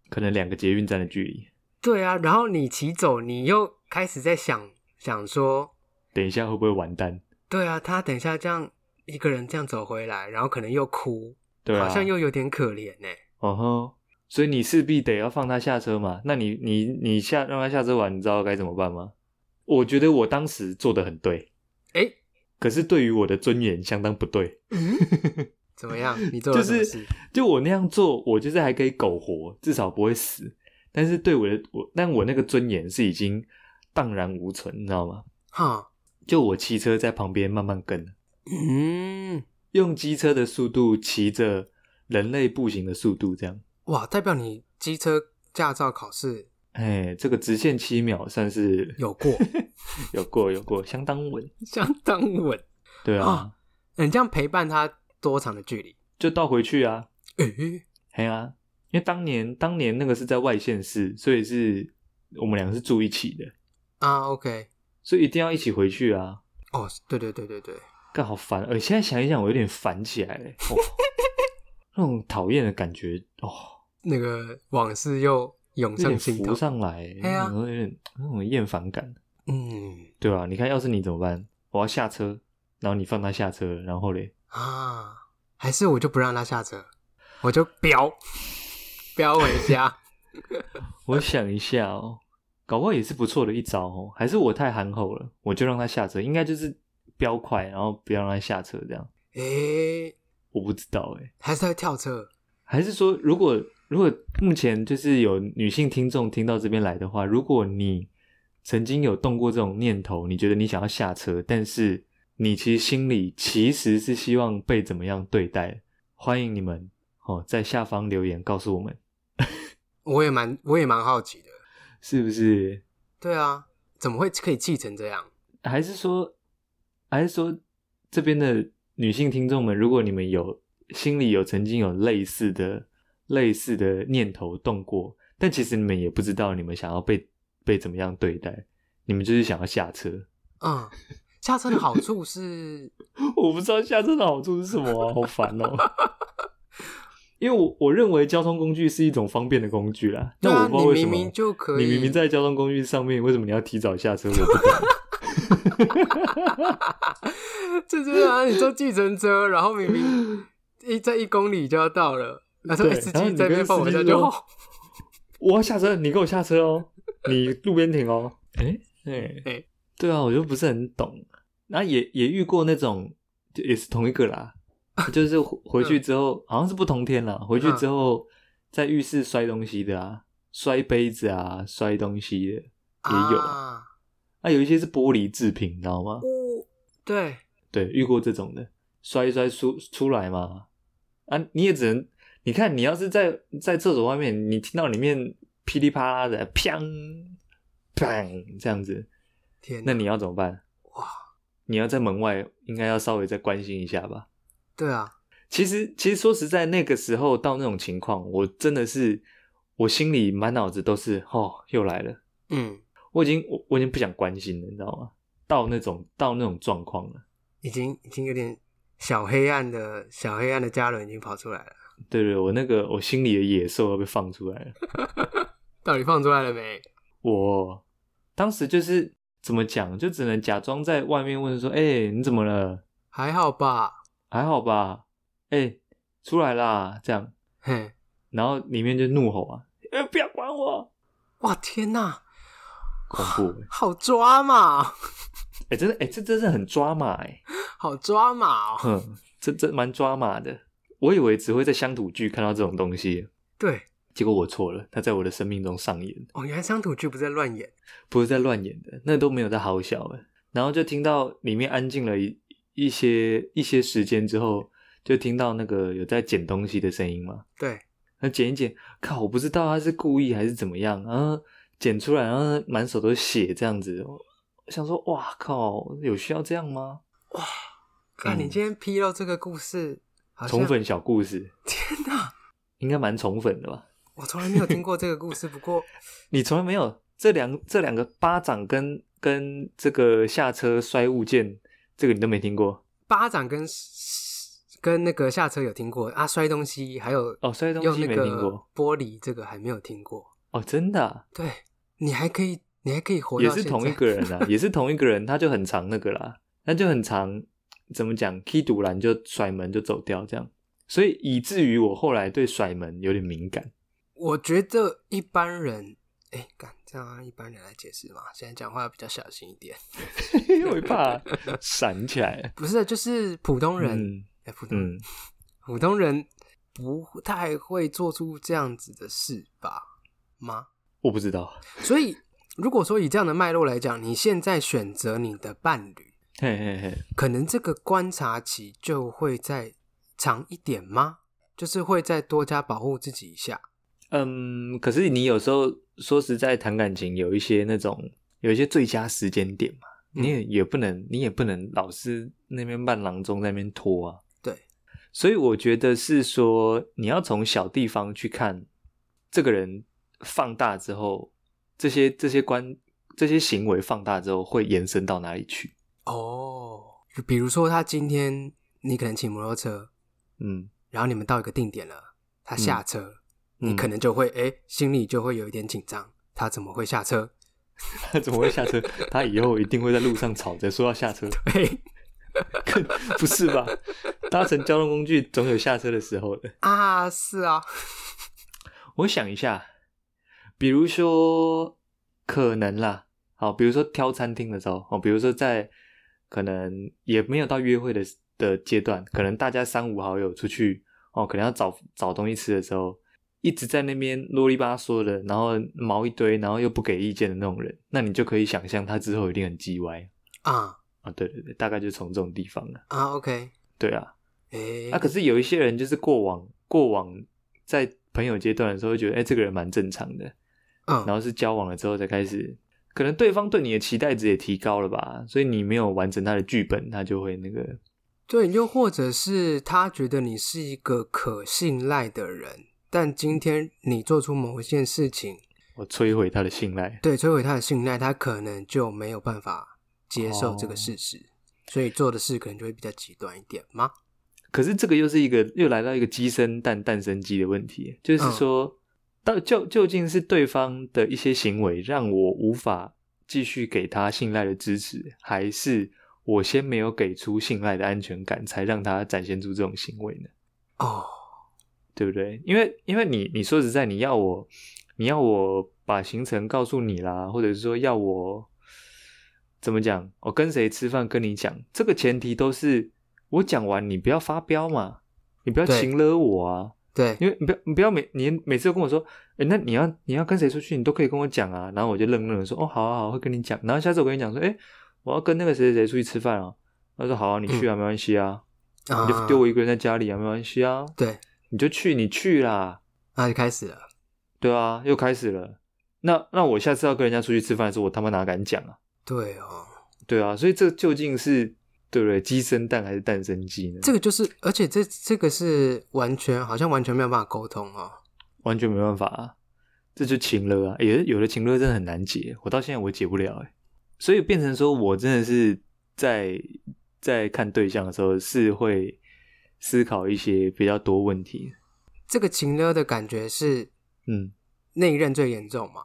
可能两个捷运站的距离。
对啊，然后你骑走，你又开始在想想说，
等一下会不会完蛋？
对啊，他等一下这样一个人这样走回来，然后可能又哭，
对啊，
好像又有点可怜呢、
哦吼，所以你势必得要放他下车嘛。那你你你下让他下车完，你知道该怎么办吗？我觉得我当时做的很对，
诶
可是对于我的尊严相当不对。
怎么样？你做了什么事？
就我那样做，我就是还可以苟活，至少不会死。但是对我的我，但我那个尊严是已经荡然无存，你知道吗？ [laughs]
哈，
就我骑车在旁边慢慢跟，
嗯，
用机车的速度骑着人类步行的速度，这样。
哇，代表你机车驾照考试
哎，这个直线七秒算是
有
[laughs]
过，
有过有过，相当稳。
相当稳。
对啊，
啊你这样陪伴他多长的距离？
就倒回去啊，
诶、
嘿啊，因为当年当年那个是在外县市，所以是我们两个是住一起的，
啊，OK，
所以一定要一起回去啊。
哦，对对对对对，
干好烦，呃，现在想一想，我有点烦起
[laughs]
来了，哦、那种讨厌的感觉哦，
那个往事又涌
有点
上心
浮
头。
上来，
嘿啊
那种有点那种厌烦感，
嗯
对啊，你看，要是你怎么办？我要下车，然后你放他下车，然后嘞，
啊，还是我就不让他下车，我就飙 [laughs] 飙回
[laughs]
家。
我想一下哦，搞不好也是不错的一招哦，还是我太憨厚了，我就让他下车，应该就是飙快，然后不要让他下车这样。
诶、
我不知道哎，
还是他会跳车？
还是说如果如果目前就是有女性听众听到这边来的话，如果你曾经有动过这种念头，你觉得你想要下车，但是你其实心里其实是希望被怎么样对待，欢迎你们哦在下方留言告诉我们
我也蛮我也蛮好奇的。
是不是？
对啊，怎么会可以气成这样？
还是说，还是说这边的女性听众们，如果你们有心里有曾经有类似的类似的念头动过，但其实你们也不知道你们想要被被怎么样对待，你们就是想要下车。 [laughs]
嗯，下车的好处是，
我不知道下车的好处是什么啊、好烦哦。 [laughs] 因为我我认为交通工具是一种方便的工具啦，
对
[laughs] 那
啊，
我不知
你
道为什
明
么
明就可以，
你明明在交通工具上面，为什么你要提早下车？我不懂。
[laughs] 这就是啊，你坐计程车，然后明明一在一公里就要到了，然后
对
司
然后
机
你
在那边
跟
放
司
我
机
下哦就
说
好。
我要下车，你给我下车哦，你路边停哦。哎哎
哎
对啊，我就不是很懂。然后也也遇过那种，就也是同一个啦，就是回回去之后、好像是不同天啦，回去之后、在浴室摔东西的啊，摔杯子啊，摔东西的。也有
啊，
啊，有一些是玻璃制品，你知道吗？
哦，对，
对，遇过这种的，摔一摔出出来嘛。啊，你也只能，你看你要是在在厕所外面，你听到里面噼里啪啦的，砰，砰这样子，
天哪，
那你要怎么办？
哇，
你要在门外，应该要稍微再关心一下吧。
对啊，
其实，其实说实在，那个时候到那种情况，我真的是，我心里满脑子都是，哦，又来了，
嗯，
我已经我我已经不想关心了，你知道吗？到那种到那种状况了，
已经已经有点小黑暗的小黑暗的家人已经跑出来了，
对对，我那个我心里的野兽要被放出来了。
到底放出来了没？
我当时就是怎么讲，就只能假装在外面问说：“哎、你怎么了？
还好吧，
还好吧？哎、出来啦！”这样，
嘿，
然后里面就怒吼啊：“呃，不要管我
哇，天哪，！”
恐怖欸，
好抓嘛， [laughs]
哎、真的，哎、这真是很抓马哎、
好抓嘛、哦，
哼，这这蛮抓马的。我以为只会在乡土剧看到这种东西，
对，
结果我错了，他在我的生命中上演，
哦，原来乡土剧不是在乱演，
不是在乱演的，那都没有在好笑哎。然后就听到里面安静了一一些一些时间之后，就听到那个有在捡东西的声音嘛。
对，
那捡一捡，靠，我不知道他是故意还是怎么样，然后捡出来，然后满手都是血这样子。我想说，哇靠，有需要这样吗？
看
嗯
你今天披露这个故事，好像
宠粉小故事
天哪，
应该蛮宠粉的吧？
我从来没有听过这个故事，不过
你从来没有这两这两个巴掌跟跟这个下车摔物件，这个你都没听过
巴掌跟跟那个下车有听过啊，摔东西还有
哦，摔东
用
西
那
没
个
听过
玻璃这个还没有听过。
哦，真的啊、
对，你还可以，你还可以活
也
到
是
现在。
同一个人啊，也是同一个人，他
[laughs]
就很长那个啦，他就很长，怎么讲踢独篮就甩门就走掉这样，所以以至于我后来对甩门有点敏感。 [laughs]
我觉得一般人，哎，敢这样让一般人来解释吗？现在讲话要比较小心一点。
因为我怕闪起
[laughs]
来。
不是，就是普通人，
嗯
哎、普通、
嗯，
普通人不太会做出这样子的事吧？吗？
我不知道。
所以，如果说以这样的脉络来讲，你现在选择你的伴侣，
嘿嘿嘿，
可能这个观察期就会再长一点吗？就是会再多加保护自己一下。
嗯，可是你有时候说实在谈感情，有一些那种有一些最佳时间点嘛，
嗯
你也也不能，你也不能老是那边伴郎中在那边拖啊。
对，
所以我觉得是说，你要从小地方去看这个人放大之后，这些这些观这些行为放大之后会延伸到哪里去？
哦，就比如说他今天你可能骑摩托车，
嗯， [laughs]
然后你们到一个定点了，他下车，
嗯
你可能就会哎、诶心里就会有一点紧张，他怎么会下车？
他怎么会下车？他以后一定会在路上吵着说要下车，
嘿
[laughs] 不是吧？搭乘交通工具总有下车的时候的。
啊，是啊，
我想一下，比如说可能啦，好，比如说挑餐厅的时候，哦，比如说在可能也没有到约会的的阶段，可能大家三五好友出去，哦，可能要找找东西吃的时候，一直在那边啰里吧嗦的，然后毛一堆，然后又不给意见的那种人，那你就可以想象他之后一定很叽歪
啊
啊，对对对，大概就从这种地方了，
啊，OK，
对啊，
哎、
啊，可是有一些人就是过往过往在朋友阶段的时候，会觉得哎、这个人蛮正常的。然
嗯，
后是交往了之后才开始，可能对方对你的期待值也提高了吧，所以你没有完成他的剧本，他就会那个，
对，又或者是他觉得你是一个可信赖的人，但今天你做出某一件事情，
我摧毁他的信赖。
对，摧毁他的信赖，他可能就没有办法接受这个事实，
哦
所以做的事可能就会比较极端一点吗？
可是这个又是一个又来到一个鸡生蛋蛋生鸡的问题，就是说，到究究竟是对方的一些行为让我无法继续给他信赖的支持，还是我先没有给出信赖的安全感，才让他展现出这种行为呢？
哦，
对不对？因为因为你你说实在，你要我你要我把行程告诉你啦，或者是说要我怎么讲，我跟谁吃饭跟你讲，这个前提都是我讲完，你不要发飙嘛，你不要
对
情勒我啊，
对，
因为你不要你不要每你每次都跟我说，哎，那你要你要跟谁出去，你都可以跟我讲啊，然后我就愣愣的说，哦，好啊好啊，会跟你讲，然后下次我跟你讲说，哎，我要跟那个谁谁谁出去吃饭啊，他说好啊，你去啊，没关系啊，
嗯啊
你就丢我一个人在家里啊，没关系啊，
对，
你就去你去啦。
那就开始了。
对啊，又开始了。那那我下次要跟人家出去吃饭的时候，我他妈哪敢讲啊？
对哦，
对啊，所以这究竟是对不对鸡生蛋还是蛋生鸡呢？
这个就是，而且这这个是完全好像完全没有办法沟通哦。
完全没办法啊，这就情勒啊，也有的情勒真的很难解，我到现在我解不了哎、所以变成说我真的是在在看对象的时候是会思考一些比较多问题，
这个情勒的感觉是
嗯，
那一任最严重嘛？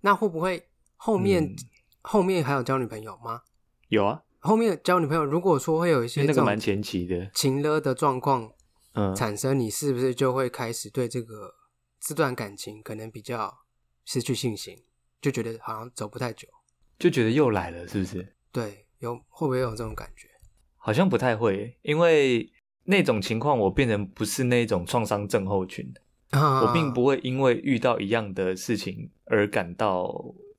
那会不会后面、
嗯
后面还有交女朋友吗？
有啊，
后面交女朋友如果说会有一
因
些
为那
这
个
种
蛮前期的，
情勒的状况
嗯，
产生，你是不是就会开始对这个这段感情可能比较失去信心，就觉得好像走不太久？
就觉得又来了，是不是？
对，有会不会有这种感觉？
好像不太会耶，因为那种情况我变成不是那种创伤症候群，
啊
我并不会因为遇到一样的事情而感到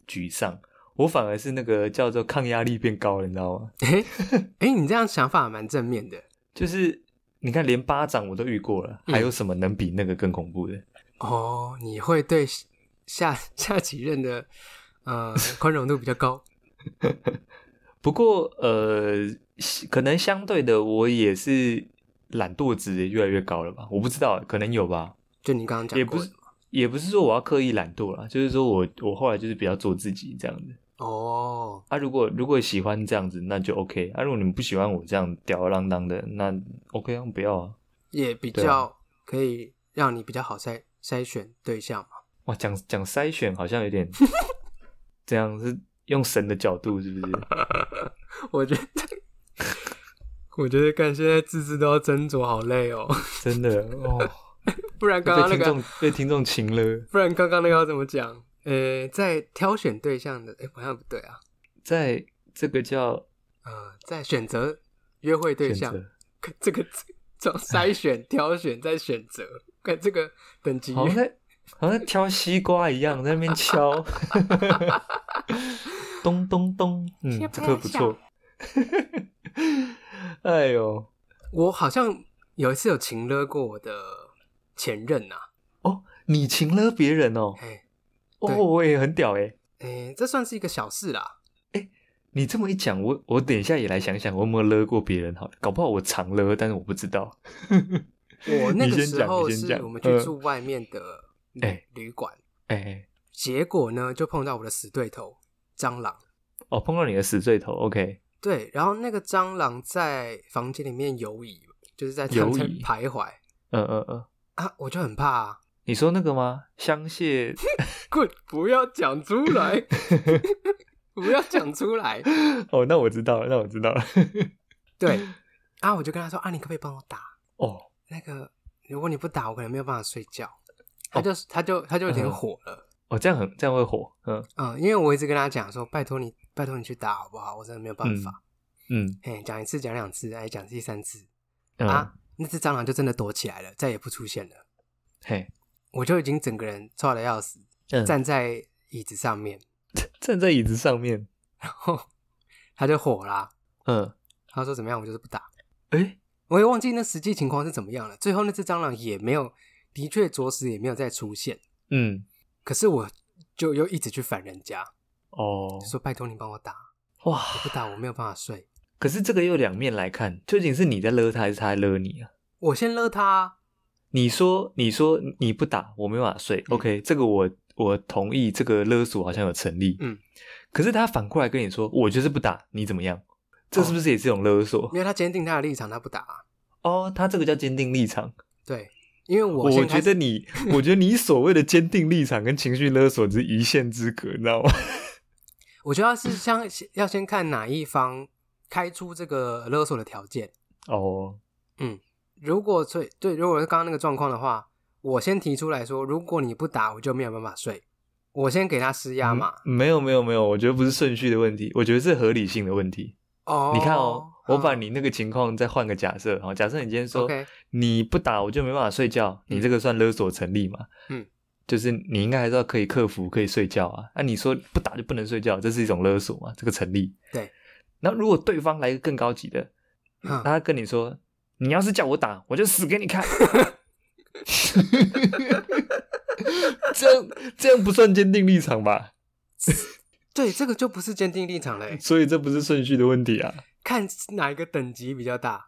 沮丧，我反而是那个叫做抗压力变高了，你知道吗？
哎哎，你这样想法蛮正面的
就是你看，连巴掌我都遇过了，
嗯
还有什么能比那个更恐怖的？
哦。你会对下下几任的呃宽容度比较高
不过呃，可能相对的，我也是懒惰值也越来越高了吧？我不知道，可能有吧。
就你刚刚讲
也不
过
是
的
也不是说我要刻意懒惰啦，就是说我我后来就是比较做自己这样子。
哦，
啊，如果如果喜欢这样子，那就 OK。啊，如果你们不喜欢我这样吊儿郎当的，那 OK 啊，不要啊。
也比
对啊
较可以让你比较好筛筛选对象嘛。 [laughs]
哇，讲讲筛选好像有点这样是用神的角度是不是？
我觉得我觉得干现在字字都要斟酌，好累哦。 [laughs]
真的哦，
不然 [laughs] 刚刚那
被听
个
众被听众擒了。
不然刚刚那个要怎么讲？呃，在挑选对象的，哎、好像不对啊。
在这个叫
呃，在选择约会对
选
象，
择，
看这个 [laughs] 从筛选、挑选再选择，看这个等级
好像在好像在挑西瓜一样，在那边
[laughs]
敲，咚咚咚，嗯，这个不错。 [laughs] 哎呦，
我好像有一次有情勒过我的前任呐、啊，
你擒了别人哦，
哎
哦，
对
我也很屌哎、
哎，这算是一个小事
[laughs]
啦。
你这么一讲，我我等一下也来想想，我有没有勒过别人好了，搞不好我常勒，但是我不知道。
[laughs] 我那
你
个
先
时
讲
候
你先
是
讲
我们去
嗯
住外面的旅
哎
旅馆，
哎、
结果呢就碰到我的死对头蟑螂。
哦，碰到你的死对头，OK，
对，然后那个蟑螂在房间里面游移，就是在
游
在
移
徘徊
嗯嗯嗯，
啊，我就很怕、啊。 [laughs]
你说那个吗？香榭， [laughs]
滚，不要讲出来，不要讲出来。
哦，那我知道了，那我知道了。 [laughs]
对，啊，我就跟他说啊，你可不可以帮我打
哦，
那个？如果你不打，我可能没有办法睡觉。他就、他就他就有点
哦嗯
火了，
哦，这样很这样会火，嗯
嗯，因为我一直跟他讲说，拜托你，拜托你去打好不好？我真的没有办法。
嗯
哎、讲一次，讲两次，哎，讲第三次、
嗯、
啊，那只蟑螂就真的躲起来了，再也不出现了。
嘿，
我就已经整个人臭的要死，
嗯
站在椅子上面，
站在椅子上面，
然后他就火啦、
嗯，
他说怎么样，我就是不打。
哎、
我也忘记那实际情况是怎么样了。最后那只蟑螂也没有，的确着实也没有再出现。
嗯，
可是我就又一直去烦人家，
哦
就，说拜托你帮我打，
哇，
我不打我没有办法睡。
可是这个又两面来看，究竟是你在勒他，还是他在勒你啊？
我先勒他啊，
你说，你说你不打，我没办法睡。
嗯
OK，这个我我同意，这个勒索好像有成立。
嗯，
可是他反过来跟你说，我就是不打，你怎么样？这
哦
是不是也是一种勒索？
因为他坚定他的立场，他不打啊、
哦他这个叫坚定立场。
对，因为我
我
先
觉
开
得
始， [laughs]
你，我觉得你所谓的坚定立场跟情绪勒索只是一线之隔，你
[laughs]
知道吗？
我觉得是像要先看哪一方开出这个勒索的条件。
哦，
如果最对，如果是刚刚那个状况的话，我先提出来说，如果你不打，我就没有办法睡。我先给他施压嘛。
嗯没有没有没有，我觉得不是顺序的问题，我觉得是合理性的问题。
哦，
你看哦，我把
嗯
你那个情况再换个假设，好，假设你今天说
OK
你不打我就没办法睡觉，
嗯
你这个算勒索成立嘛？
嗯，
就是你应该还是要可以克服，可以睡觉啊。那、你说不打就不能睡觉，这是一种勒索嘛？这个成立。
对。
那如果对方来一个更高级的，
嗯
他跟你说，你要是叫我打，我就死给你看。 [laughs] 这样这样不算坚定立场吧？
对，这个就不是坚定立场了欸，
所以这不是顺序的问题啊，
看哪一个等级比较大。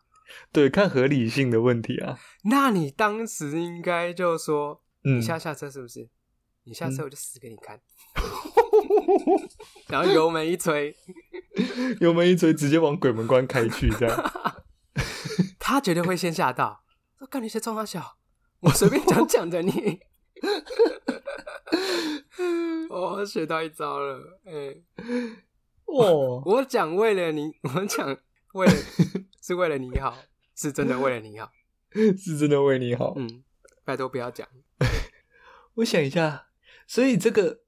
对，看合理性的问题啊。
那你当时应该就说，
嗯
你，下下车是不是？你下车我就死给你看，然后油门一吹，
油门一吹，直接往鬼门关开去，
[laughs]
这样。
他绝对会先吓到，说干你些冲他小，我随便讲讲的你。 [laughs] 我学到一招了，哎、
哦，
我讲为了你，我讲为了是为了你好，是真的为了你好，
是真的为你好。
嗯，拜托不要讲，
我想一下，所以这个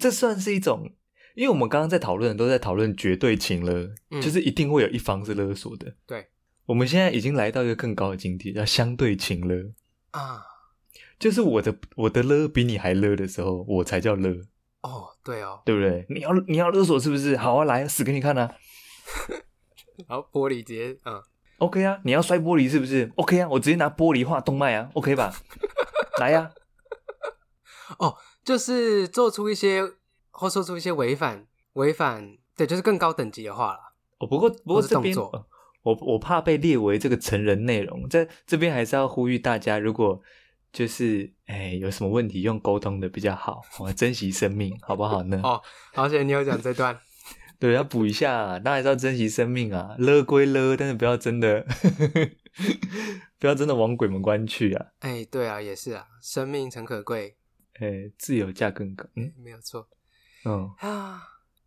这算是一种，因为我们刚刚在讨论的都在讨论绝对情勒，
嗯
就是一定会有一方是勒索的。
对
我们现在已经来到一个更高的境界，叫相对情勒，
啊，
就是我的我的勒比你还勒的时候，我才叫勒，
哦，对哦，
对不对？你要你要勒索是不是？好啊，来死给你看啊
然后玻璃直接嗯，
！OK 啊，你要摔玻璃是不是？OK 啊，我直接拿玻璃画动脉啊，OK 吧？ [laughs] 来啊呀、
就是做出一些或说出一些违反违反，对，就是更高等级的话了。
哦，不过不过
或是
这边，
动作
呃我我怕被列为这个成人内容，在这边还是要呼吁大家，如果就是哎有什么问题，用沟通的比较好，我珍惜生命，好不好呢？
哦好险你有讲这段，
对，要补一下、啊当然是要珍惜生命啊，勒归勒，但是不要真的， [laughs] 不要真的往鬼门关去啊！
哎，对啊，也是啊，生命诚可贵，
哎，自由价更高。嗯
没有错 [laughs]
嗯，
啊。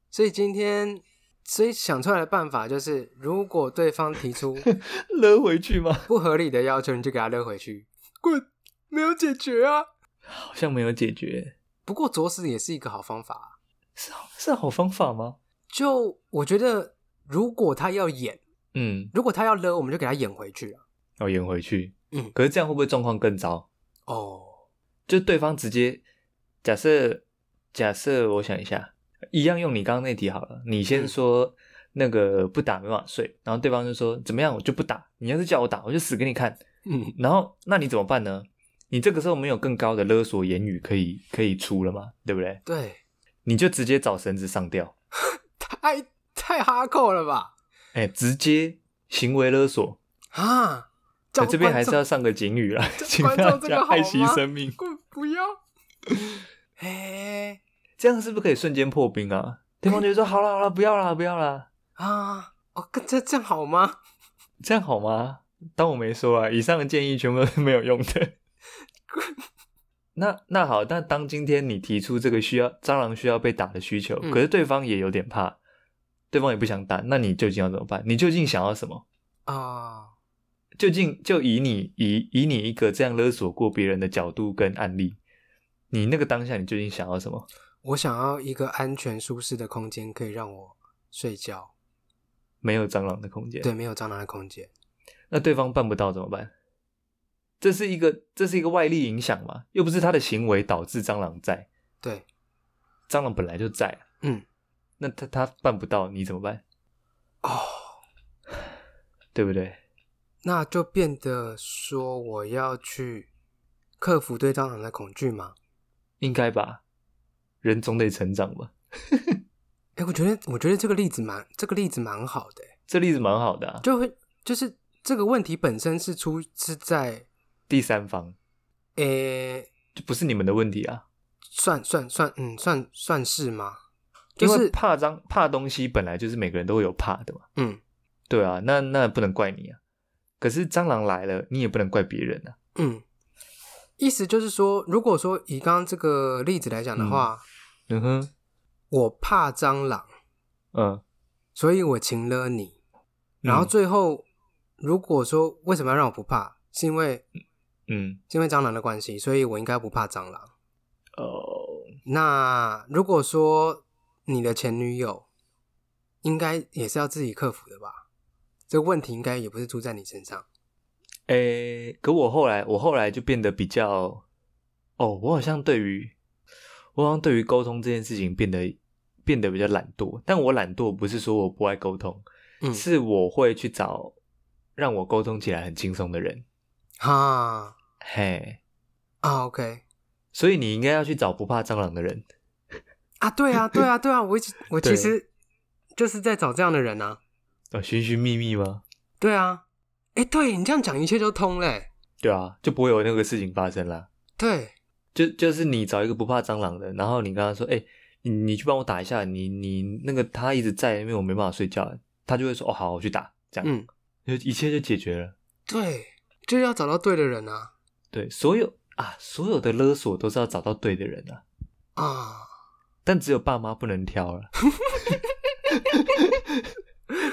所以今天，所以想出来的办法就是，如果对方提出
勒回去吗？
不合理的要求，你就给他扔回去，滚，没有解决啊。
好像没有解决，
不过着实也是一个好方法啊、
是好是好方法吗？
就我觉得，如果他要演，
嗯，
如果他要勒，我们就给他演回去啊。
要演回去。
嗯
可是这样会不会状况更糟？
哦，
就对方直接假设假设，我想一下，一样用你刚刚那题好了。你先
嗯
说、那个不打没办法睡，然后对方就说怎么样，我就不打。你要是叫我打，我就死给你看。
嗯，
然后那你怎么办呢？你这个时候没有更高的勒索言语可以可以出了嘛？对不对？
对，
你就直接找绳子上吊，
太太哈扣了吧？
哎，直接行为勒索。
啊，叫
哎那这边还是要
观
上个警语啦，
这
[laughs] 请
观众
大
这个
家
好吗
爱惜生命
众。滚不
[laughs]
要。哎
这样是不是可以瞬间破冰啊？对方就会说好了好了，不要啦不要啦。
啊，哦，跟这这样好吗？
这样好吗？当我没说啊，以上的建议全部都是 [laughs] 没有用的。那那好，那当今天你提出这个需要蟑螂需要被打的需求，
嗯
可是对方也有点怕，对方也不想打，那你究竟要怎么办？你究竟想要什么？
啊，
究竟就以你以以你一个这样勒索过别人的角度跟案例，你那个当下你究竟想要什么？
我想要一个安全舒适的空间，可以让我睡觉，
没有蟑螂的空间，
对，没有蟑螂的空间。
那对方办不到怎么办？这是一个这是一个外力影响嘛，又不是他的行为导致蟑螂在。
对，
蟑螂本来就在、啊，
嗯，
那他他办不到，你怎么办？
哦，
对不对？
那就变得说我要去克服对蟑螂的恐惧吗？
应该吧，人总得成长吧。
哎、我觉得，我觉得这个例子蛮，这个例子蛮好的、
这例子蛮好的、啊，
就会就是这个问题本身是出是在
第三方
诶、
就不是你们的问题啊，
算算算嗯算算是吗？就
因为
是
怕脏怕东西本来就是每个人都会有怕的嘛。
嗯
对啊，那那不能怪你啊。可是蟑螂来了，你也不能怪别人啊。
嗯，意思就是说，如果说以刚刚这个例子来讲的话，
嗯哼，
我怕蟑螂，
嗯，
所以我擒了你，然后
嗯
最后、如果说为什么要让我不怕，是因为
嗯
是因为蟑螂的关系，所以我应该不怕蟑螂。呃
哦，
那如果说你的前女友，应该也是要自己克服的吧？这个问题应该也不是出在你身上。
诶，可我后来，我后来就变得比较，哦，我好像对于，我好像对于沟通这件事情变得变得比较懒惰。但我懒惰不是说我不爱沟通，
嗯，
是我会去找让我沟通起来很轻松的人。
啊
嘿，
啊，OK
所以你应该要去找不怕蟑螂的人。
啊，对啊，对啊，对啊，我一直我
对
其实就是在找这样的人啊。
哦，寻寻觅觅吗？
对啊，哎，对你这样讲，一切就通嘞、
对啊，就不会有那个事情发生啦。
对，
就就是你找一个不怕蟑螂的，然后你跟他说，哎、你你去帮我打一下，你你那个他一直在，因为我没办法睡觉，他就会说，哦，好，我去打，这样，
嗯，
就一切就解决了。
对，就是要找到对的人啊
对，所有啊，所有的勒索都是要找到对的人啊，
啊，
但只有爸妈不能挑了，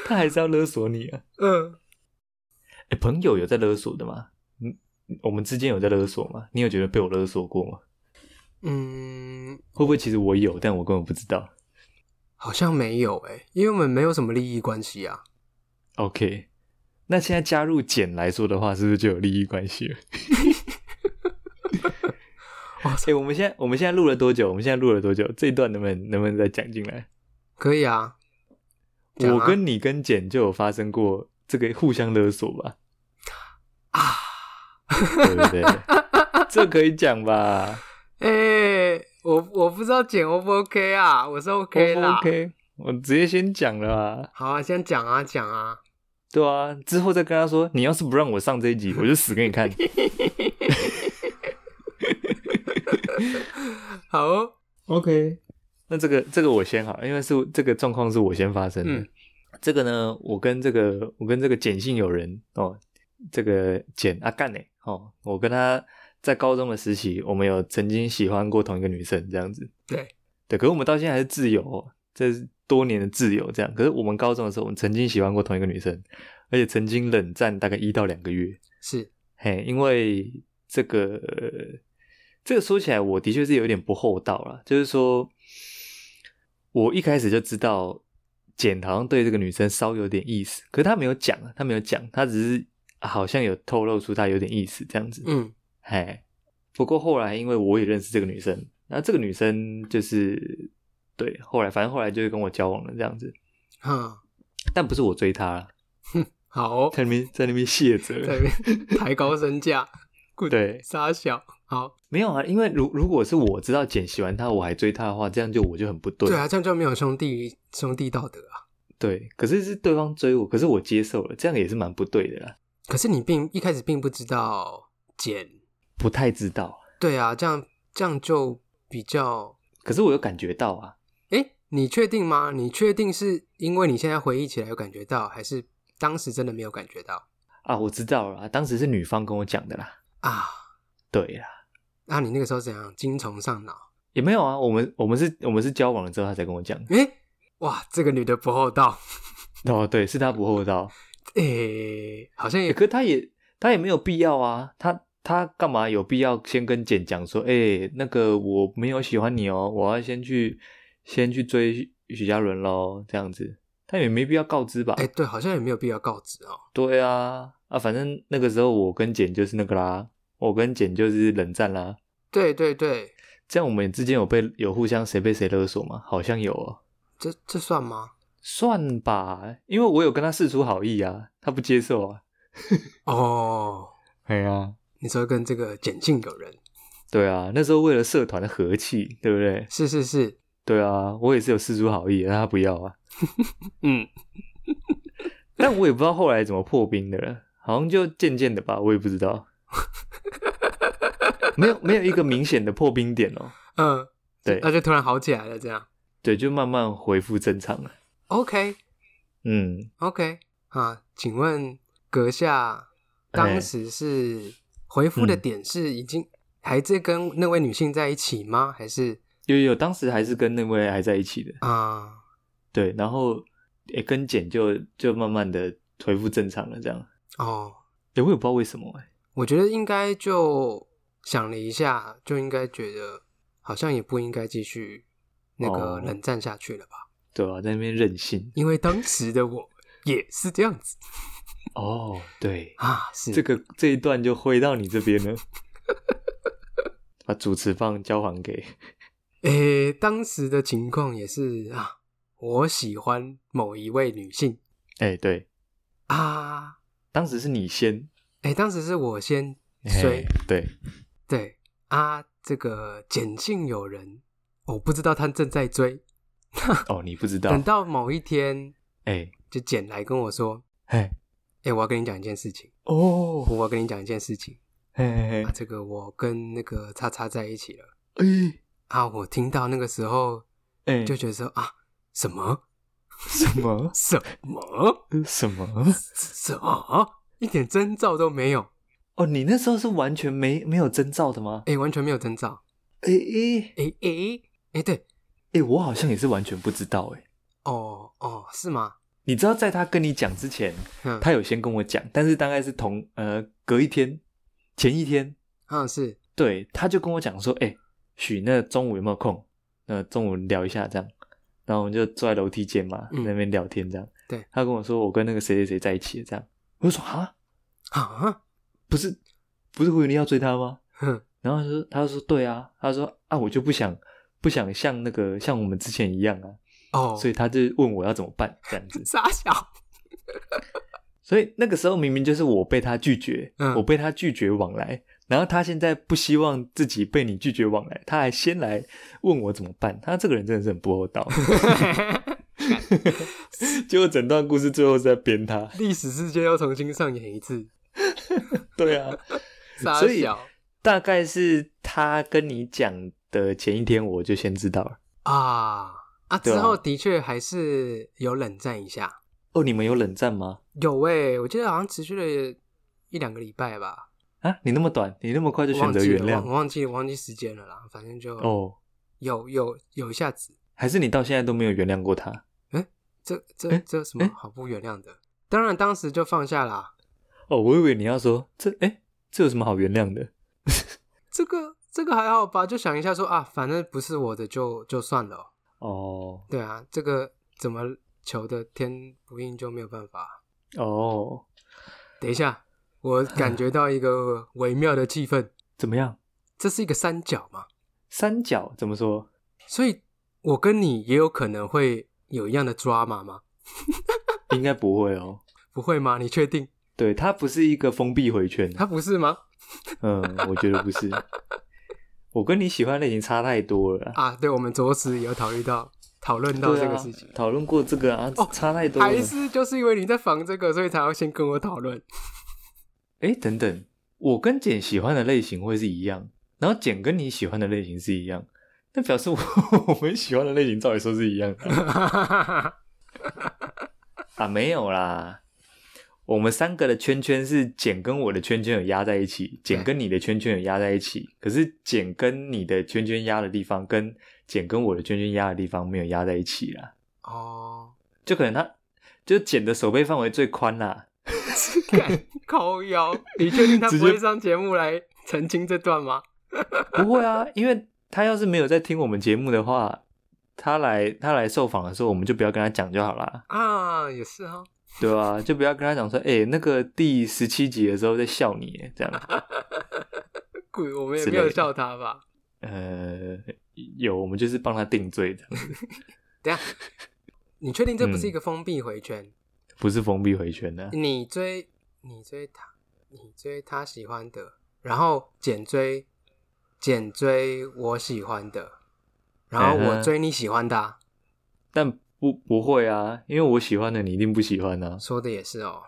他还是要勒索你啊。
嗯，
哎、朋友有在勒索的吗？嗯，我们之间有在勒索吗？你有觉得被我勒索过吗？
嗯，
会不会其实我有，但我根本不知道
好像没有哎、因为我们没有什么利益关系啊。
？OK，那现在加入简来说的话，是不是就有利益关系了？哎、我们现在我们现在录了多久？我们现在录了多久？这一段能不能能不能再讲进来？
可以啊，讲啊
我跟你跟简就有发生过这个互相勒索
[laughs]
吧，
啊，
对不对？这可以讲
[laughs]
吧
哎、我我不知道剪 O 不 OK 啊，我是 OK 啦。
？OK，我直接先讲了啊。
好啊，先讲啊讲啊，
对啊，之后再跟他说，你要是不让我上这一集，我就死给你看。
好哦，
OK，那这个这个我先好了，因为是这个状况是我先发生的。
嗯
这个呢，我跟这个我跟这个简姓友人哦，这个简阿干呢哦，我跟他在高中的时期，我们有曾经喜欢过同一个女生这样子。
对
对，可是我们到现在还是挚友、哦，这是多年的挚友这样。可是我们高中的时候，我们曾经喜欢过同一个女生，而且曾经冷战大概一到两个月。
是，
嘿，因为这个呃这个说起来，我的确是有点不厚道了。就是说，我一开始就知道简好像对这个女生稍有点意思，可是他没有讲，啊，他没有讲，他只是好像有透露出他有点意思这样子。
嗯
嘿，不过后来因为我也认识这个女生，那这个女生就是对，后来反正后来就是跟我交往了这样子，
哼，
但不是我追她啦，
好
[laughs]
哦，
在那边在那边卸责，
在那边抬高身价，滚
对
傻小，好，
没有啊，因为如如果是我知道简喜欢他，我还追他的话，这样就我就很不对。
对啊，这样就没有兄弟兄弟道德啊。
对可是是对方追我，可是我接受了，这样也是蛮不对的啦。
可是你并一开始并不知道剪，
不太知道，
对啊，这样这样就比较，
可是我有感觉到啊，
哎，你确定吗？你确定是因为你现在回忆起来有感觉到，还是当时真的没有感觉到
啊，我知道了啊，当时是女方跟我讲的啦。
啊？
对啦，
那、你那个时候怎样？精虫上脑？
也没有啊，我们我们是我们是交往了之后，他才跟我讲的。
诶，哇，这个女的不厚道， [laughs]
哦，对，是他不厚道，
诶，好像
欸
也
可他也他也没有必要啊，他他干嘛有必要先跟简讲说，哎、那个我没有喜欢你哦，我要先去先去追许许嘉伦喽，这样子，他也没必要告知吧？
哎、对，好像也没有必要告知哦。
对啊，啊，反正那个时候我跟简就是那个啦，我跟简就是冷战啦，
对对对，
这样我们之间有被有互相谁被谁勒索吗？好像有哦，
这这算吗？
算吧，因为我有跟他示出好意啊，他不接受啊，
哦，
哎呀。
你说跟这个简姓友人，
对啊，那时候为了社团的和气，对不对？
是是是，
对啊，我也是有示出好意，但他不要啊。
嗯，
但我也不知道后来怎么破冰的了，好像就渐渐的吧，我也不知道。没有没有一个明显的破冰点哦。
嗯、
对
那就突然好起来了，这样。
对，就慢慢恢复正常了。
OK
嗯，
OK 啊，请问阁下当时是回复的
哎嗯
点是已经还在跟那位女性在一起吗？还是
有有，当时还是跟那位还在一起的。
啊、
对，然后也跟简就就慢慢的恢复正常了，这样。
哦，
也我也不知道为什么、欸，
我觉得应该就想了一下，就应该觉得好像也不应该继续那个
哦
冷战下去了吧，
对啊，在那边任性。
因为当时的我也是这样子
哦，对，
啊，是
这个这一段就回到你这边了，把主持棒交还给。
诶、当时的情况也是啊，我喜欢某一位女性
哎、对，
啊，
当时是你先，
诶、当时是我先
嘿
追，
对，
对啊，这个简姓友人，我不知道他正在追，
哦，你不知道，
等到某一天
哎、
就简来跟我说，
嘿，
诶、我要跟你讲一件事情。
哦，
我要跟你讲一件事情
嘿嘿嘿
啊，，这个我跟那个叉叉在一起了
哎
啊，我听到那个时候
哎，
就觉得说啊，什么
什么
什么
[laughs] 什么？
什么，一点征兆都没有，
哦，你那时候是完全没没有征兆的吗？
哎、完全没有征兆，
哎哎
哎哎哎，对，
哎，我好像也是完全不知道哎、
哦哦，是吗？
你知道，在他跟你讲之前，
嗯，
他有先跟我讲，但是大概是同呃隔一天，前一天，
嗯是，
对，他就跟我讲说，哎、许，那中午有没有空？那中午聊一下这样。然后我们就坐在楼梯间嘛，
嗯
在那边聊天这样。
对，
他跟我说我跟那个谁谁谁在一起了这样。我就说啊，
啊，
不是不是胡云丽要追他吗？
哼，
然后他说，他就说对啊，他说啊，我就不想不想像那个像我们之前一样啊，
哦，。
所以他就问我要怎么办这样子
傻
[laughs]
小，
所以那个时候明明就是我被他拒绝，
嗯
我被他拒绝往来，然后他现在不希望自己被你拒绝往来，他还先来问我怎么办，他这个人真的是很不
[laughs]
厚道。结果整段故事最后是在编他，
历史事件又重新上演一次，
对啊，
[laughs] 傻
所以
小
大概是他跟你讲的前一天我就先知道了。
啊啊！
对
之
啊
后的确还是有冷战一下，
哦，你们有冷战吗？
有诶、我记得好像持续了一两个礼拜吧，
啊，你那么短，你那么快就
我
选
忘
择
记
原
了，我
谅
忘记我忘记时间了啦，反正就
哦？
有有有一下子，
还是你到现在都没有原谅过他？
这这
诶
这有什么
诶
好不原谅的？当然当时就放下啦，
哦，我以为你要说这，哎、这有什么好原谅的？
这个这个还好吧，就想一下说啊，反正不是我的就就算了哦、
哦
对啊，这个怎么求的天不应就没有办法。
哦，
等一下，我感觉到一个微妙的气氛，
怎么样？
这是一个三角嘛，
三角怎么说？
所以我跟你也有可能会有一样的抓马吗？
应该不会哦。
不会吗？你确定？
对，它不是一个封闭回
[laughs]
圈。
他不是吗？
嗯，我觉得不是。我跟你喜欢类型差太多了啦。
啊，对，我们着实也有讨论到讨论到
对
这个
啊
事情，
讨论过这个啊，
哦
差太多了
还。是就是因为你在防这个，所以才要先跟我讨论。 [laughs]
哎，等等，我跟简喜欢的类型会是一样，然后简跟你喜欢的类型是一样，那表示我 [laughs] 我们喜欢的类型照理说是一样的啊？没有啦，我们三个的圈圈是简跟我的圈圈有压在一起，简跟你的圈圈有压在一起，可是简跟你的圈圈压的地方跟简跟我的圈圈压的地方没有压在一起啦，
哦，
就可能他就简的手背范围最宽啦。
敢抠腰？ [laughs] 你确定他
直
不
接
会上节目来澄清这段吗？
不会啊，因为他要是没有在听我们节目的话，他来他来受访的时候，我们就不要跟他讲就好啦，
啊，也是哦。
对吧、就不要跟他讲说，哎、那个第十七集的时候在笑你耶这样。
鬼，我们也
之
没
类的
有笑他吧？
呃，有我们就是帮他定罪的，
等一下，你确定这不是一个封闭回圈？
不是封闭回圈的、啊
你追你追他，你追他喜欢的，然后减追减追我喜欢的，然后
嗯
我
哼
追你喜欢的啊、
但不不会啊，因为我喜欢的你一定不喜欢啊，
说的也是哦。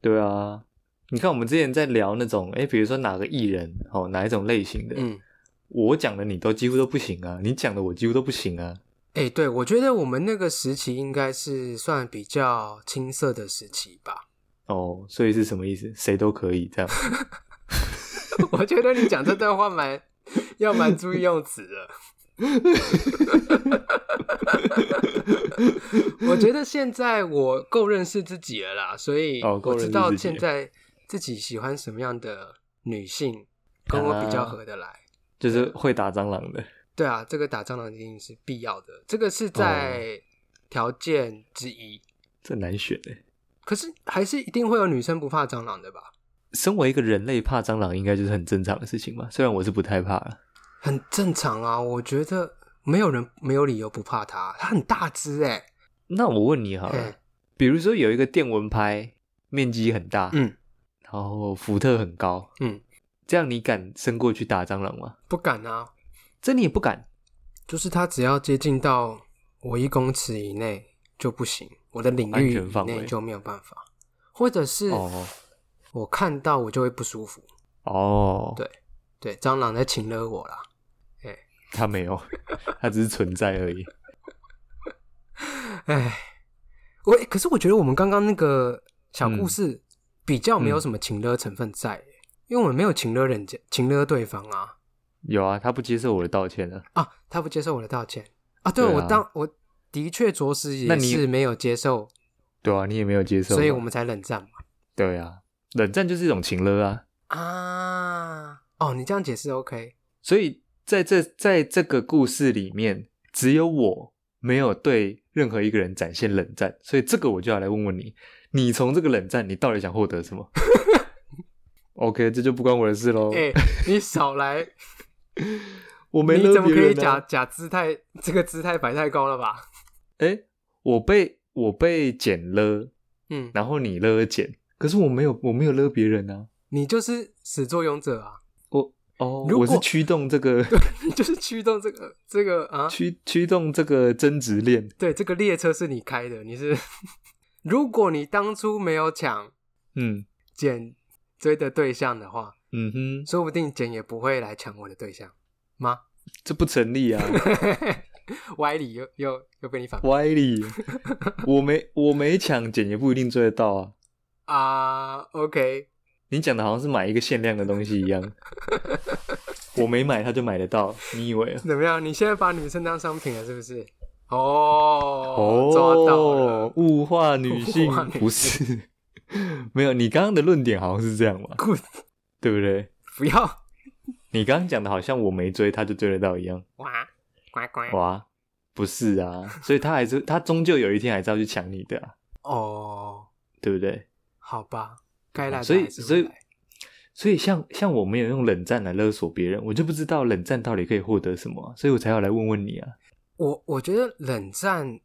对啊。你看，我们之前在聊那种，哎、比如说哪个艺人哦，哪一种类型的，
嗯，
我讲的你都几乎都不行啊，你讲的我几乎都不行啊。
哎、对，我觉得我们那个时期应该是算比较青涩的时期吧。
哦，所以是什么意思？谁都可以这样。
[laughs] 我觉得你讲这段话蛮要蛮注意用词
[laughs]
的。我觉得现在我够认识自己了啦，所以
哦够
我
认
知
识
道
自己
现在自己喜欢什么样的女性跟我比较
啊
合得来。
就是会打蟑螂的。
对啊，这个打蟑螂一定是必要的，这个是在
哦
条件之一。
这难选哎。
可是还是一定会有女生不怕蟑螂的吧？
身为一个人类，怕蟑螂应该就是很正常的事情吧？虽然我是不太怕啊啦
很正常啊，我觉得没有人没有理由不怕它，它很大只哎、
那我问你好
嗯
了，比如说有一个电蚊拍，面积很大，
嗯，
然后伏特很高，
嗯，
这样你敢伸过去打蟑螂吗？
不敢啊，
这你也不敢。
就是它只要接近到我一公尺以内就不行，我的领
安
域
全
以
范围
内就没有办法，或者是
哦
我看到我就会不舒服，
哦，
对对，蟑螂在请了我啦。
它没有， [laughs] 它只是存在而已。
哎，我可是我觉得我们刚刚那个小故
嗯
事比较没有什么情勒成分在耶，因为我们没有情勒人家、情勒对方啊
有啊，它不接受我的道歉啊。
啊，他不接受我的道歉啊，对
对啊
我当我的确着实也
那你
是没有接受，
对啊，你也没有接受嘛，
所以我们才冷战嘛
对啊，冷战就是一种情勒啊。
啊。哦，你这样解释 OK
所以在这在这个故事里面，只有我没有对任何一个人展现冷战，所以这个我就要来问问你，你从这个冷战，你到底想获得什么？ [laughs] OK，这就不关我的事喽。
哎、你少来，
我 [laughs] 没
你
勒
怎么
别
可以
人啊、
假假姿态？这个姿态摆太高了吧？
哎、我被我被捡勒，
嗯，
然后你勒捡，可是我没有我没有勒别人啊。
你就是始作俑者啊！ [laughs]
哦，
如
我是
果啊
驱动这个
你就是驱动这个这个啊，
驱驱动这个争执链。
对，这个列车是你开的，你是。 [laughs] 如果你当初没有抢
嗯
简追的对象的话，
嗯哼，
说不定简也不会来抢我的对象吗？ [laughs]
这不成立啊，
歪理又又又被你反驳
歪理。我没我没抢，捡也不一定追得到啊。
啊，OK，
你讲的好像是买一个限量的东西一样，我没买他就买得到，你以为啊？
怎么样？你现在把女生当商品了是不是？哦，抓到
哦
了，
物化女性
物化女性
不是？没有，你刚刚的论点好像是这样嘛，
，good，
对不对？
不要
你刚刚讲的好像我没追他就追得到一样，
哇，乖乖，
哇，不是啊，所以他还是他终究有一天还是要去抢你的、啊，
哦，
对不对？
好吧，该来的
所以
还是会
所以
来
所以像像我没有用冷战来勒索别人，我就不知道冷战到底可以获得什么啊、所以我才要来问问你啊。
我我觉得冷战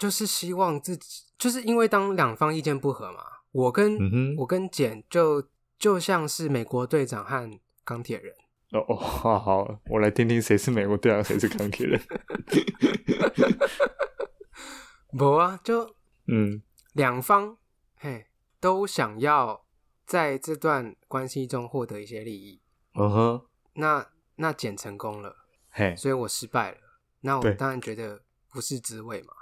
就是希望自己，就是因为当两方意见不合嘛，我跟、
嗯哼
我跟简就就像是美国队长和钢铁人，
哦哦，好好，我来听听谁是美国队长，谁是钢铁人。 [laughs]
不啊，就
嗯
两方嘿都想要在这段关系中获得一些利益，
嗯哼，
那那简成功了，
嘿，
所以我失败了，那我
对
当然觉得不是滋味嘛，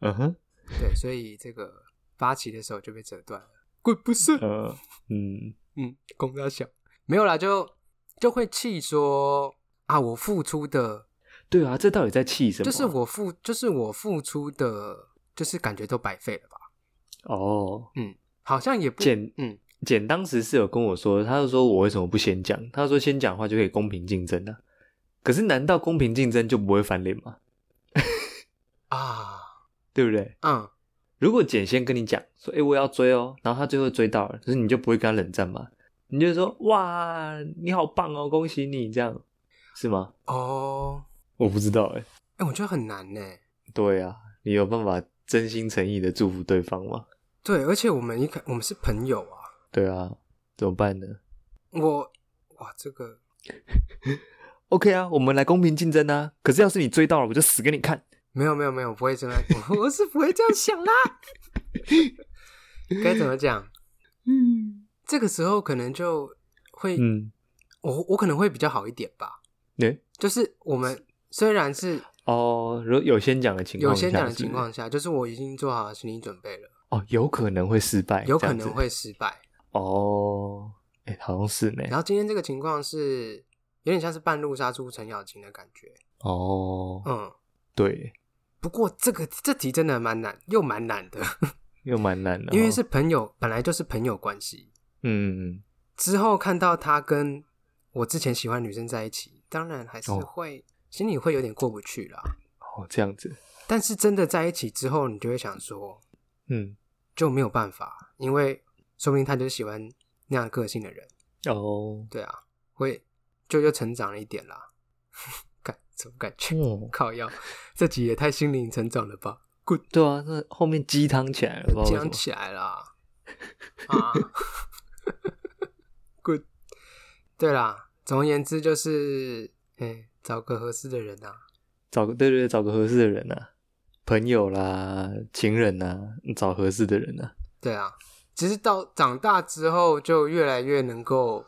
嗯哼，
对，所以这个八旗的手就被折断了，滚不
[laughs]
是，
呃，嗯
嗯，公他小没有啦，就就会气说啊，我付出的，
对啊，这到底在气什么啊？
就是我付，就是我付出的，就是感觉都白费了吧？
哦，
好像也不，
简
嗯，
简当时是有跟我说，他就说我为什么不先讲？他说先讲的话就可以公平竞争啊。可是难道公平竞争就不会翻脸吗？
啊，
对不对？
嗯，
如果简先跟你讲说，哎、我要追哦，然后他最后追到了，可是你就不会跟他冷战嘛？你就说哇，你好棒哦，恭喜你这样是吗？
哦，
我不知道哎、
哎、我觉得很难呢。
对啊，你有办法真心诚意的祝福对方吗？
对，而且我们一看，我们是朋友啊，
对啊，怎么办呢
我哇，这个
？OK 啊，我们来公平竞争啊。可是要是你追到了，我就死给你看。
没有没有没有，我不会这
[laughs]
么，我我是不会这样想啦。该怎么讲？
嗯
这个时候可能就会，
嗯，
我我可能会比较好一点吧。
对、
就是我们虽然是
哦，如果有先讲的情
有
况下，
先讲的
是不是
情况下，就是我已经做好心理准备了，
哦，有可能会失败，
有
哎这
可
样子
能会失败。
哦，哎、好像是呢。
然后今天这个情况是有点像是半路杀出程咬金的感觉，
哦，
嗯。
对，
不过这个这题真的蛮难，又蛮难
[laughs]
的，
又蛮难的哦，
因为是朋友，本来就是朋友关系。
嗯，嗯
之后看到他跟我之前喜欢的女生在一起，当然还是
哦
会、心里会有点过不去啦。
哦这样子，
但是真的在一起之后，你就会想说，
嗯，
就没有办法，因为说不定他就是喜欢那样个性的人。
哦，
对啊，会就又成长了一点啦。 [laughs] 感什么感觉？ [laughs]
哦，
靠腰，这集也太心灵成长了吧？
对啊，那后面鸡汤起来了，不知道为什
讲
么
起来啦，啊 [laughs] ，good。对啦，总而言之就是，哎、找个合适的人啊。
找个对对对，找个合适的人呐、啊，朋友啦，情人呐、找合适的人呐、
对啊，其实到长大之后，就越来越能够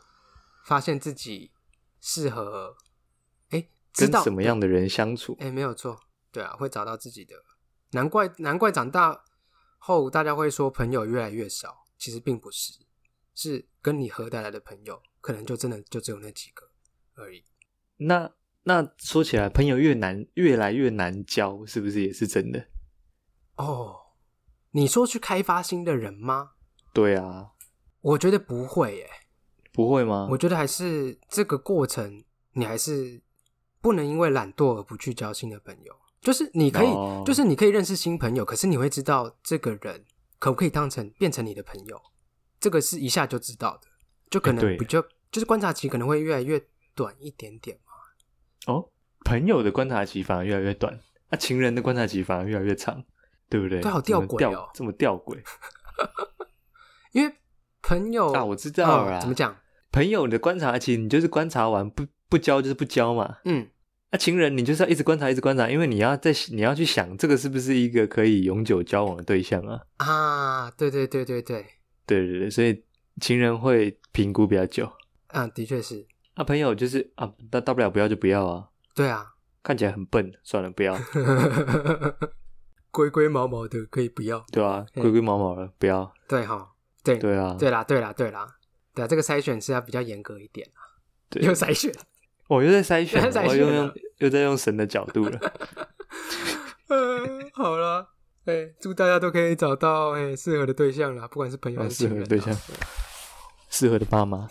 发现自己适合，哎、知
跟
道
什么样的人相处？
哎、没有错，对啊，会找到自己的。难怪难怪长大后大家会说朋友越来越少，其实并不是，是跟你合得来的朋友，可能就真的就只有那几个而已。
那那说起来，朋友越难，越来越难交，是不是也是真的？
哦，你说去开发新的人吗？
对啊，
我觉得不会耶，
不会吗？
我觉得还是这个过程，你还是不能因为懒惰而不去交新的朋友。就是你可以，
哦
就是你可以认识新朋友，可是你会知道这个人可不可以当成变成你的朋友，这个是一下就知道的。就可
哎对
能比较、就是观察期可能会越来越短一点点嘛。
哦，朋友的观察期反而越来越短，那、情人的观察期反而越来越长，对不对？
对好
怎么
吊诡
吊
哦
这么吊诡
因为朋友
啊！我知道了
呃
啦、
怎么讲？
朋友的观察期，你就是观察完不不交就是不交嘛。
嗯，
那、情人，你就是要一直观察，一直观察，因为你要在你要去想这个是不是一个可以永久交往的对象啊？
啊，对对对对对，
对对对，所以情人会评估比较久。
啊，的确是，
啊，朋友就是啊，大大不了不要就不要啊，
对啊， [laughs]
看起来很笨，算了，不要，
龟龟毛毛的可以不要，
对啊，
嗯
龟龟毛毛了，不要，
对哈，对
对啊，
对啦对啦对啦，对啊，这个筛选是要比较严格一点啊，
对
有筛选，
我又在筛选
[laughs] 又在
了，
筛
我
选
又
了
用又在用神的角度了。
嗯，好了，哎，祝大家都可以找到哎适合的对象啦，不管是朋友还
哦
是
适
情
合
人
的
啊
对象，适合的
[laughs]
爸妈，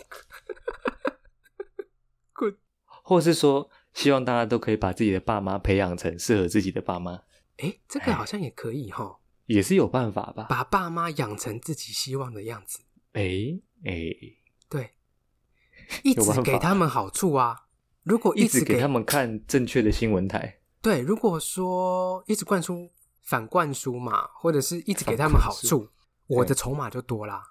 滚，
或是说，希望大家都可以把自己的爸妈培养成适合自己的爸妈，
哎，这个好像也可以哈，
也是有办法吧？
把爸妈养成自己希望的样子，
哎哎，
对，一
有办
直
法
给他们好处啊。如果
一
直
直给
给
他们看正确的新闻台，
对，如果说一直灌输反灌输嘛，或者是一直给他们
反灌
好
输
处，我的筹码就多
[laughs]
啦。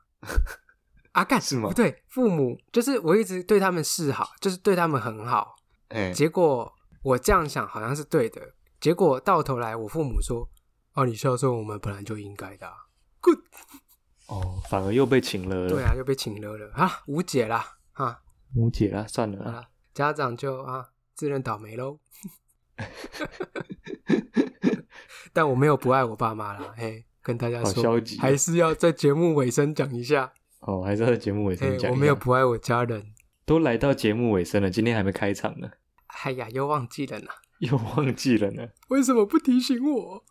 啊，干
是吗
不对，父母就是我一直对他们示好，就是对他们很好。
哎
结果我这样想好像是对的，结果到头来我父母说：“啊，你孝顺我们本来就应该的、啊。
哦，反而又被请了，”
对，啊，又被请了了啊，无解啦啊！
无解啦，算了
好
啦，
啦，家长就啊自认倒霉
[laughs]
喽。但我没有不爱我爸妈啦，嘿，跟大家
好
说，
消极哦
还是要在节目尾声讲一
[laughs]
下，
哦，还是要在节目尾声
嘿
讲一，
我
下。
没有不爱我家人，
都来到节目尾声了，今天还没开场呢， [laughs]
哎呀，又忘记了呢，
又忘记了呢。
为什么不提醒我？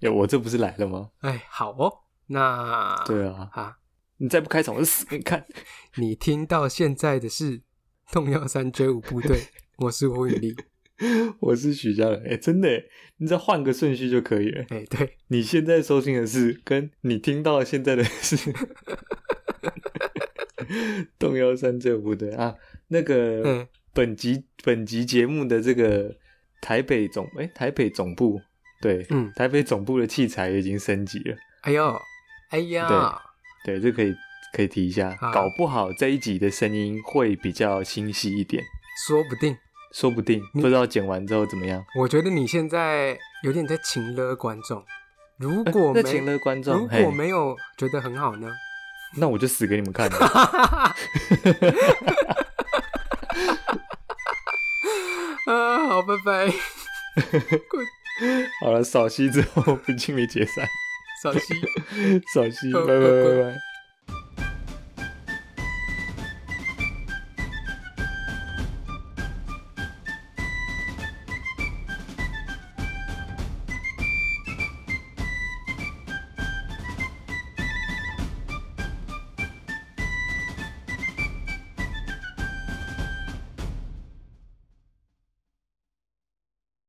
有我这不是来了吗？
哎，好哦，那
对啊，
啊，
你再不开场我就死给你看。 [laughs]
你听到现在的是动摇三追五部
[laughs]
队，我是胡雨丽，
我是许家人，哎、真的耶，你只要换个顺序就可以了。
哎，对，
你现在收听的是，跟你听到现在的是 [laughs] 动幺三这部队啊，那个
嗯，
本集本集节目的这个台北总哎、台北总部对，
嗯
台北总部的器材已经升级了。
哎呦，哎呀
对，对，这可以可以提一下，
好
搞不好这一集的声音会比较清晰一点，
说不定。
说不定
你
不知道剪完之后怎么样。
我觉得你现在有点在请了观众，如
[laughs]
果没、
那请了观众，
如
嘿
果，没有觉得很好呢？ [laughs]
那我就死给你们看了。
啊，好，拜拜， [laughs]
好了，扫息之后不敬礼解散， [laughs]
小溪。
扫息，
不
拜拜
不
[laughs] 拜
不
拜。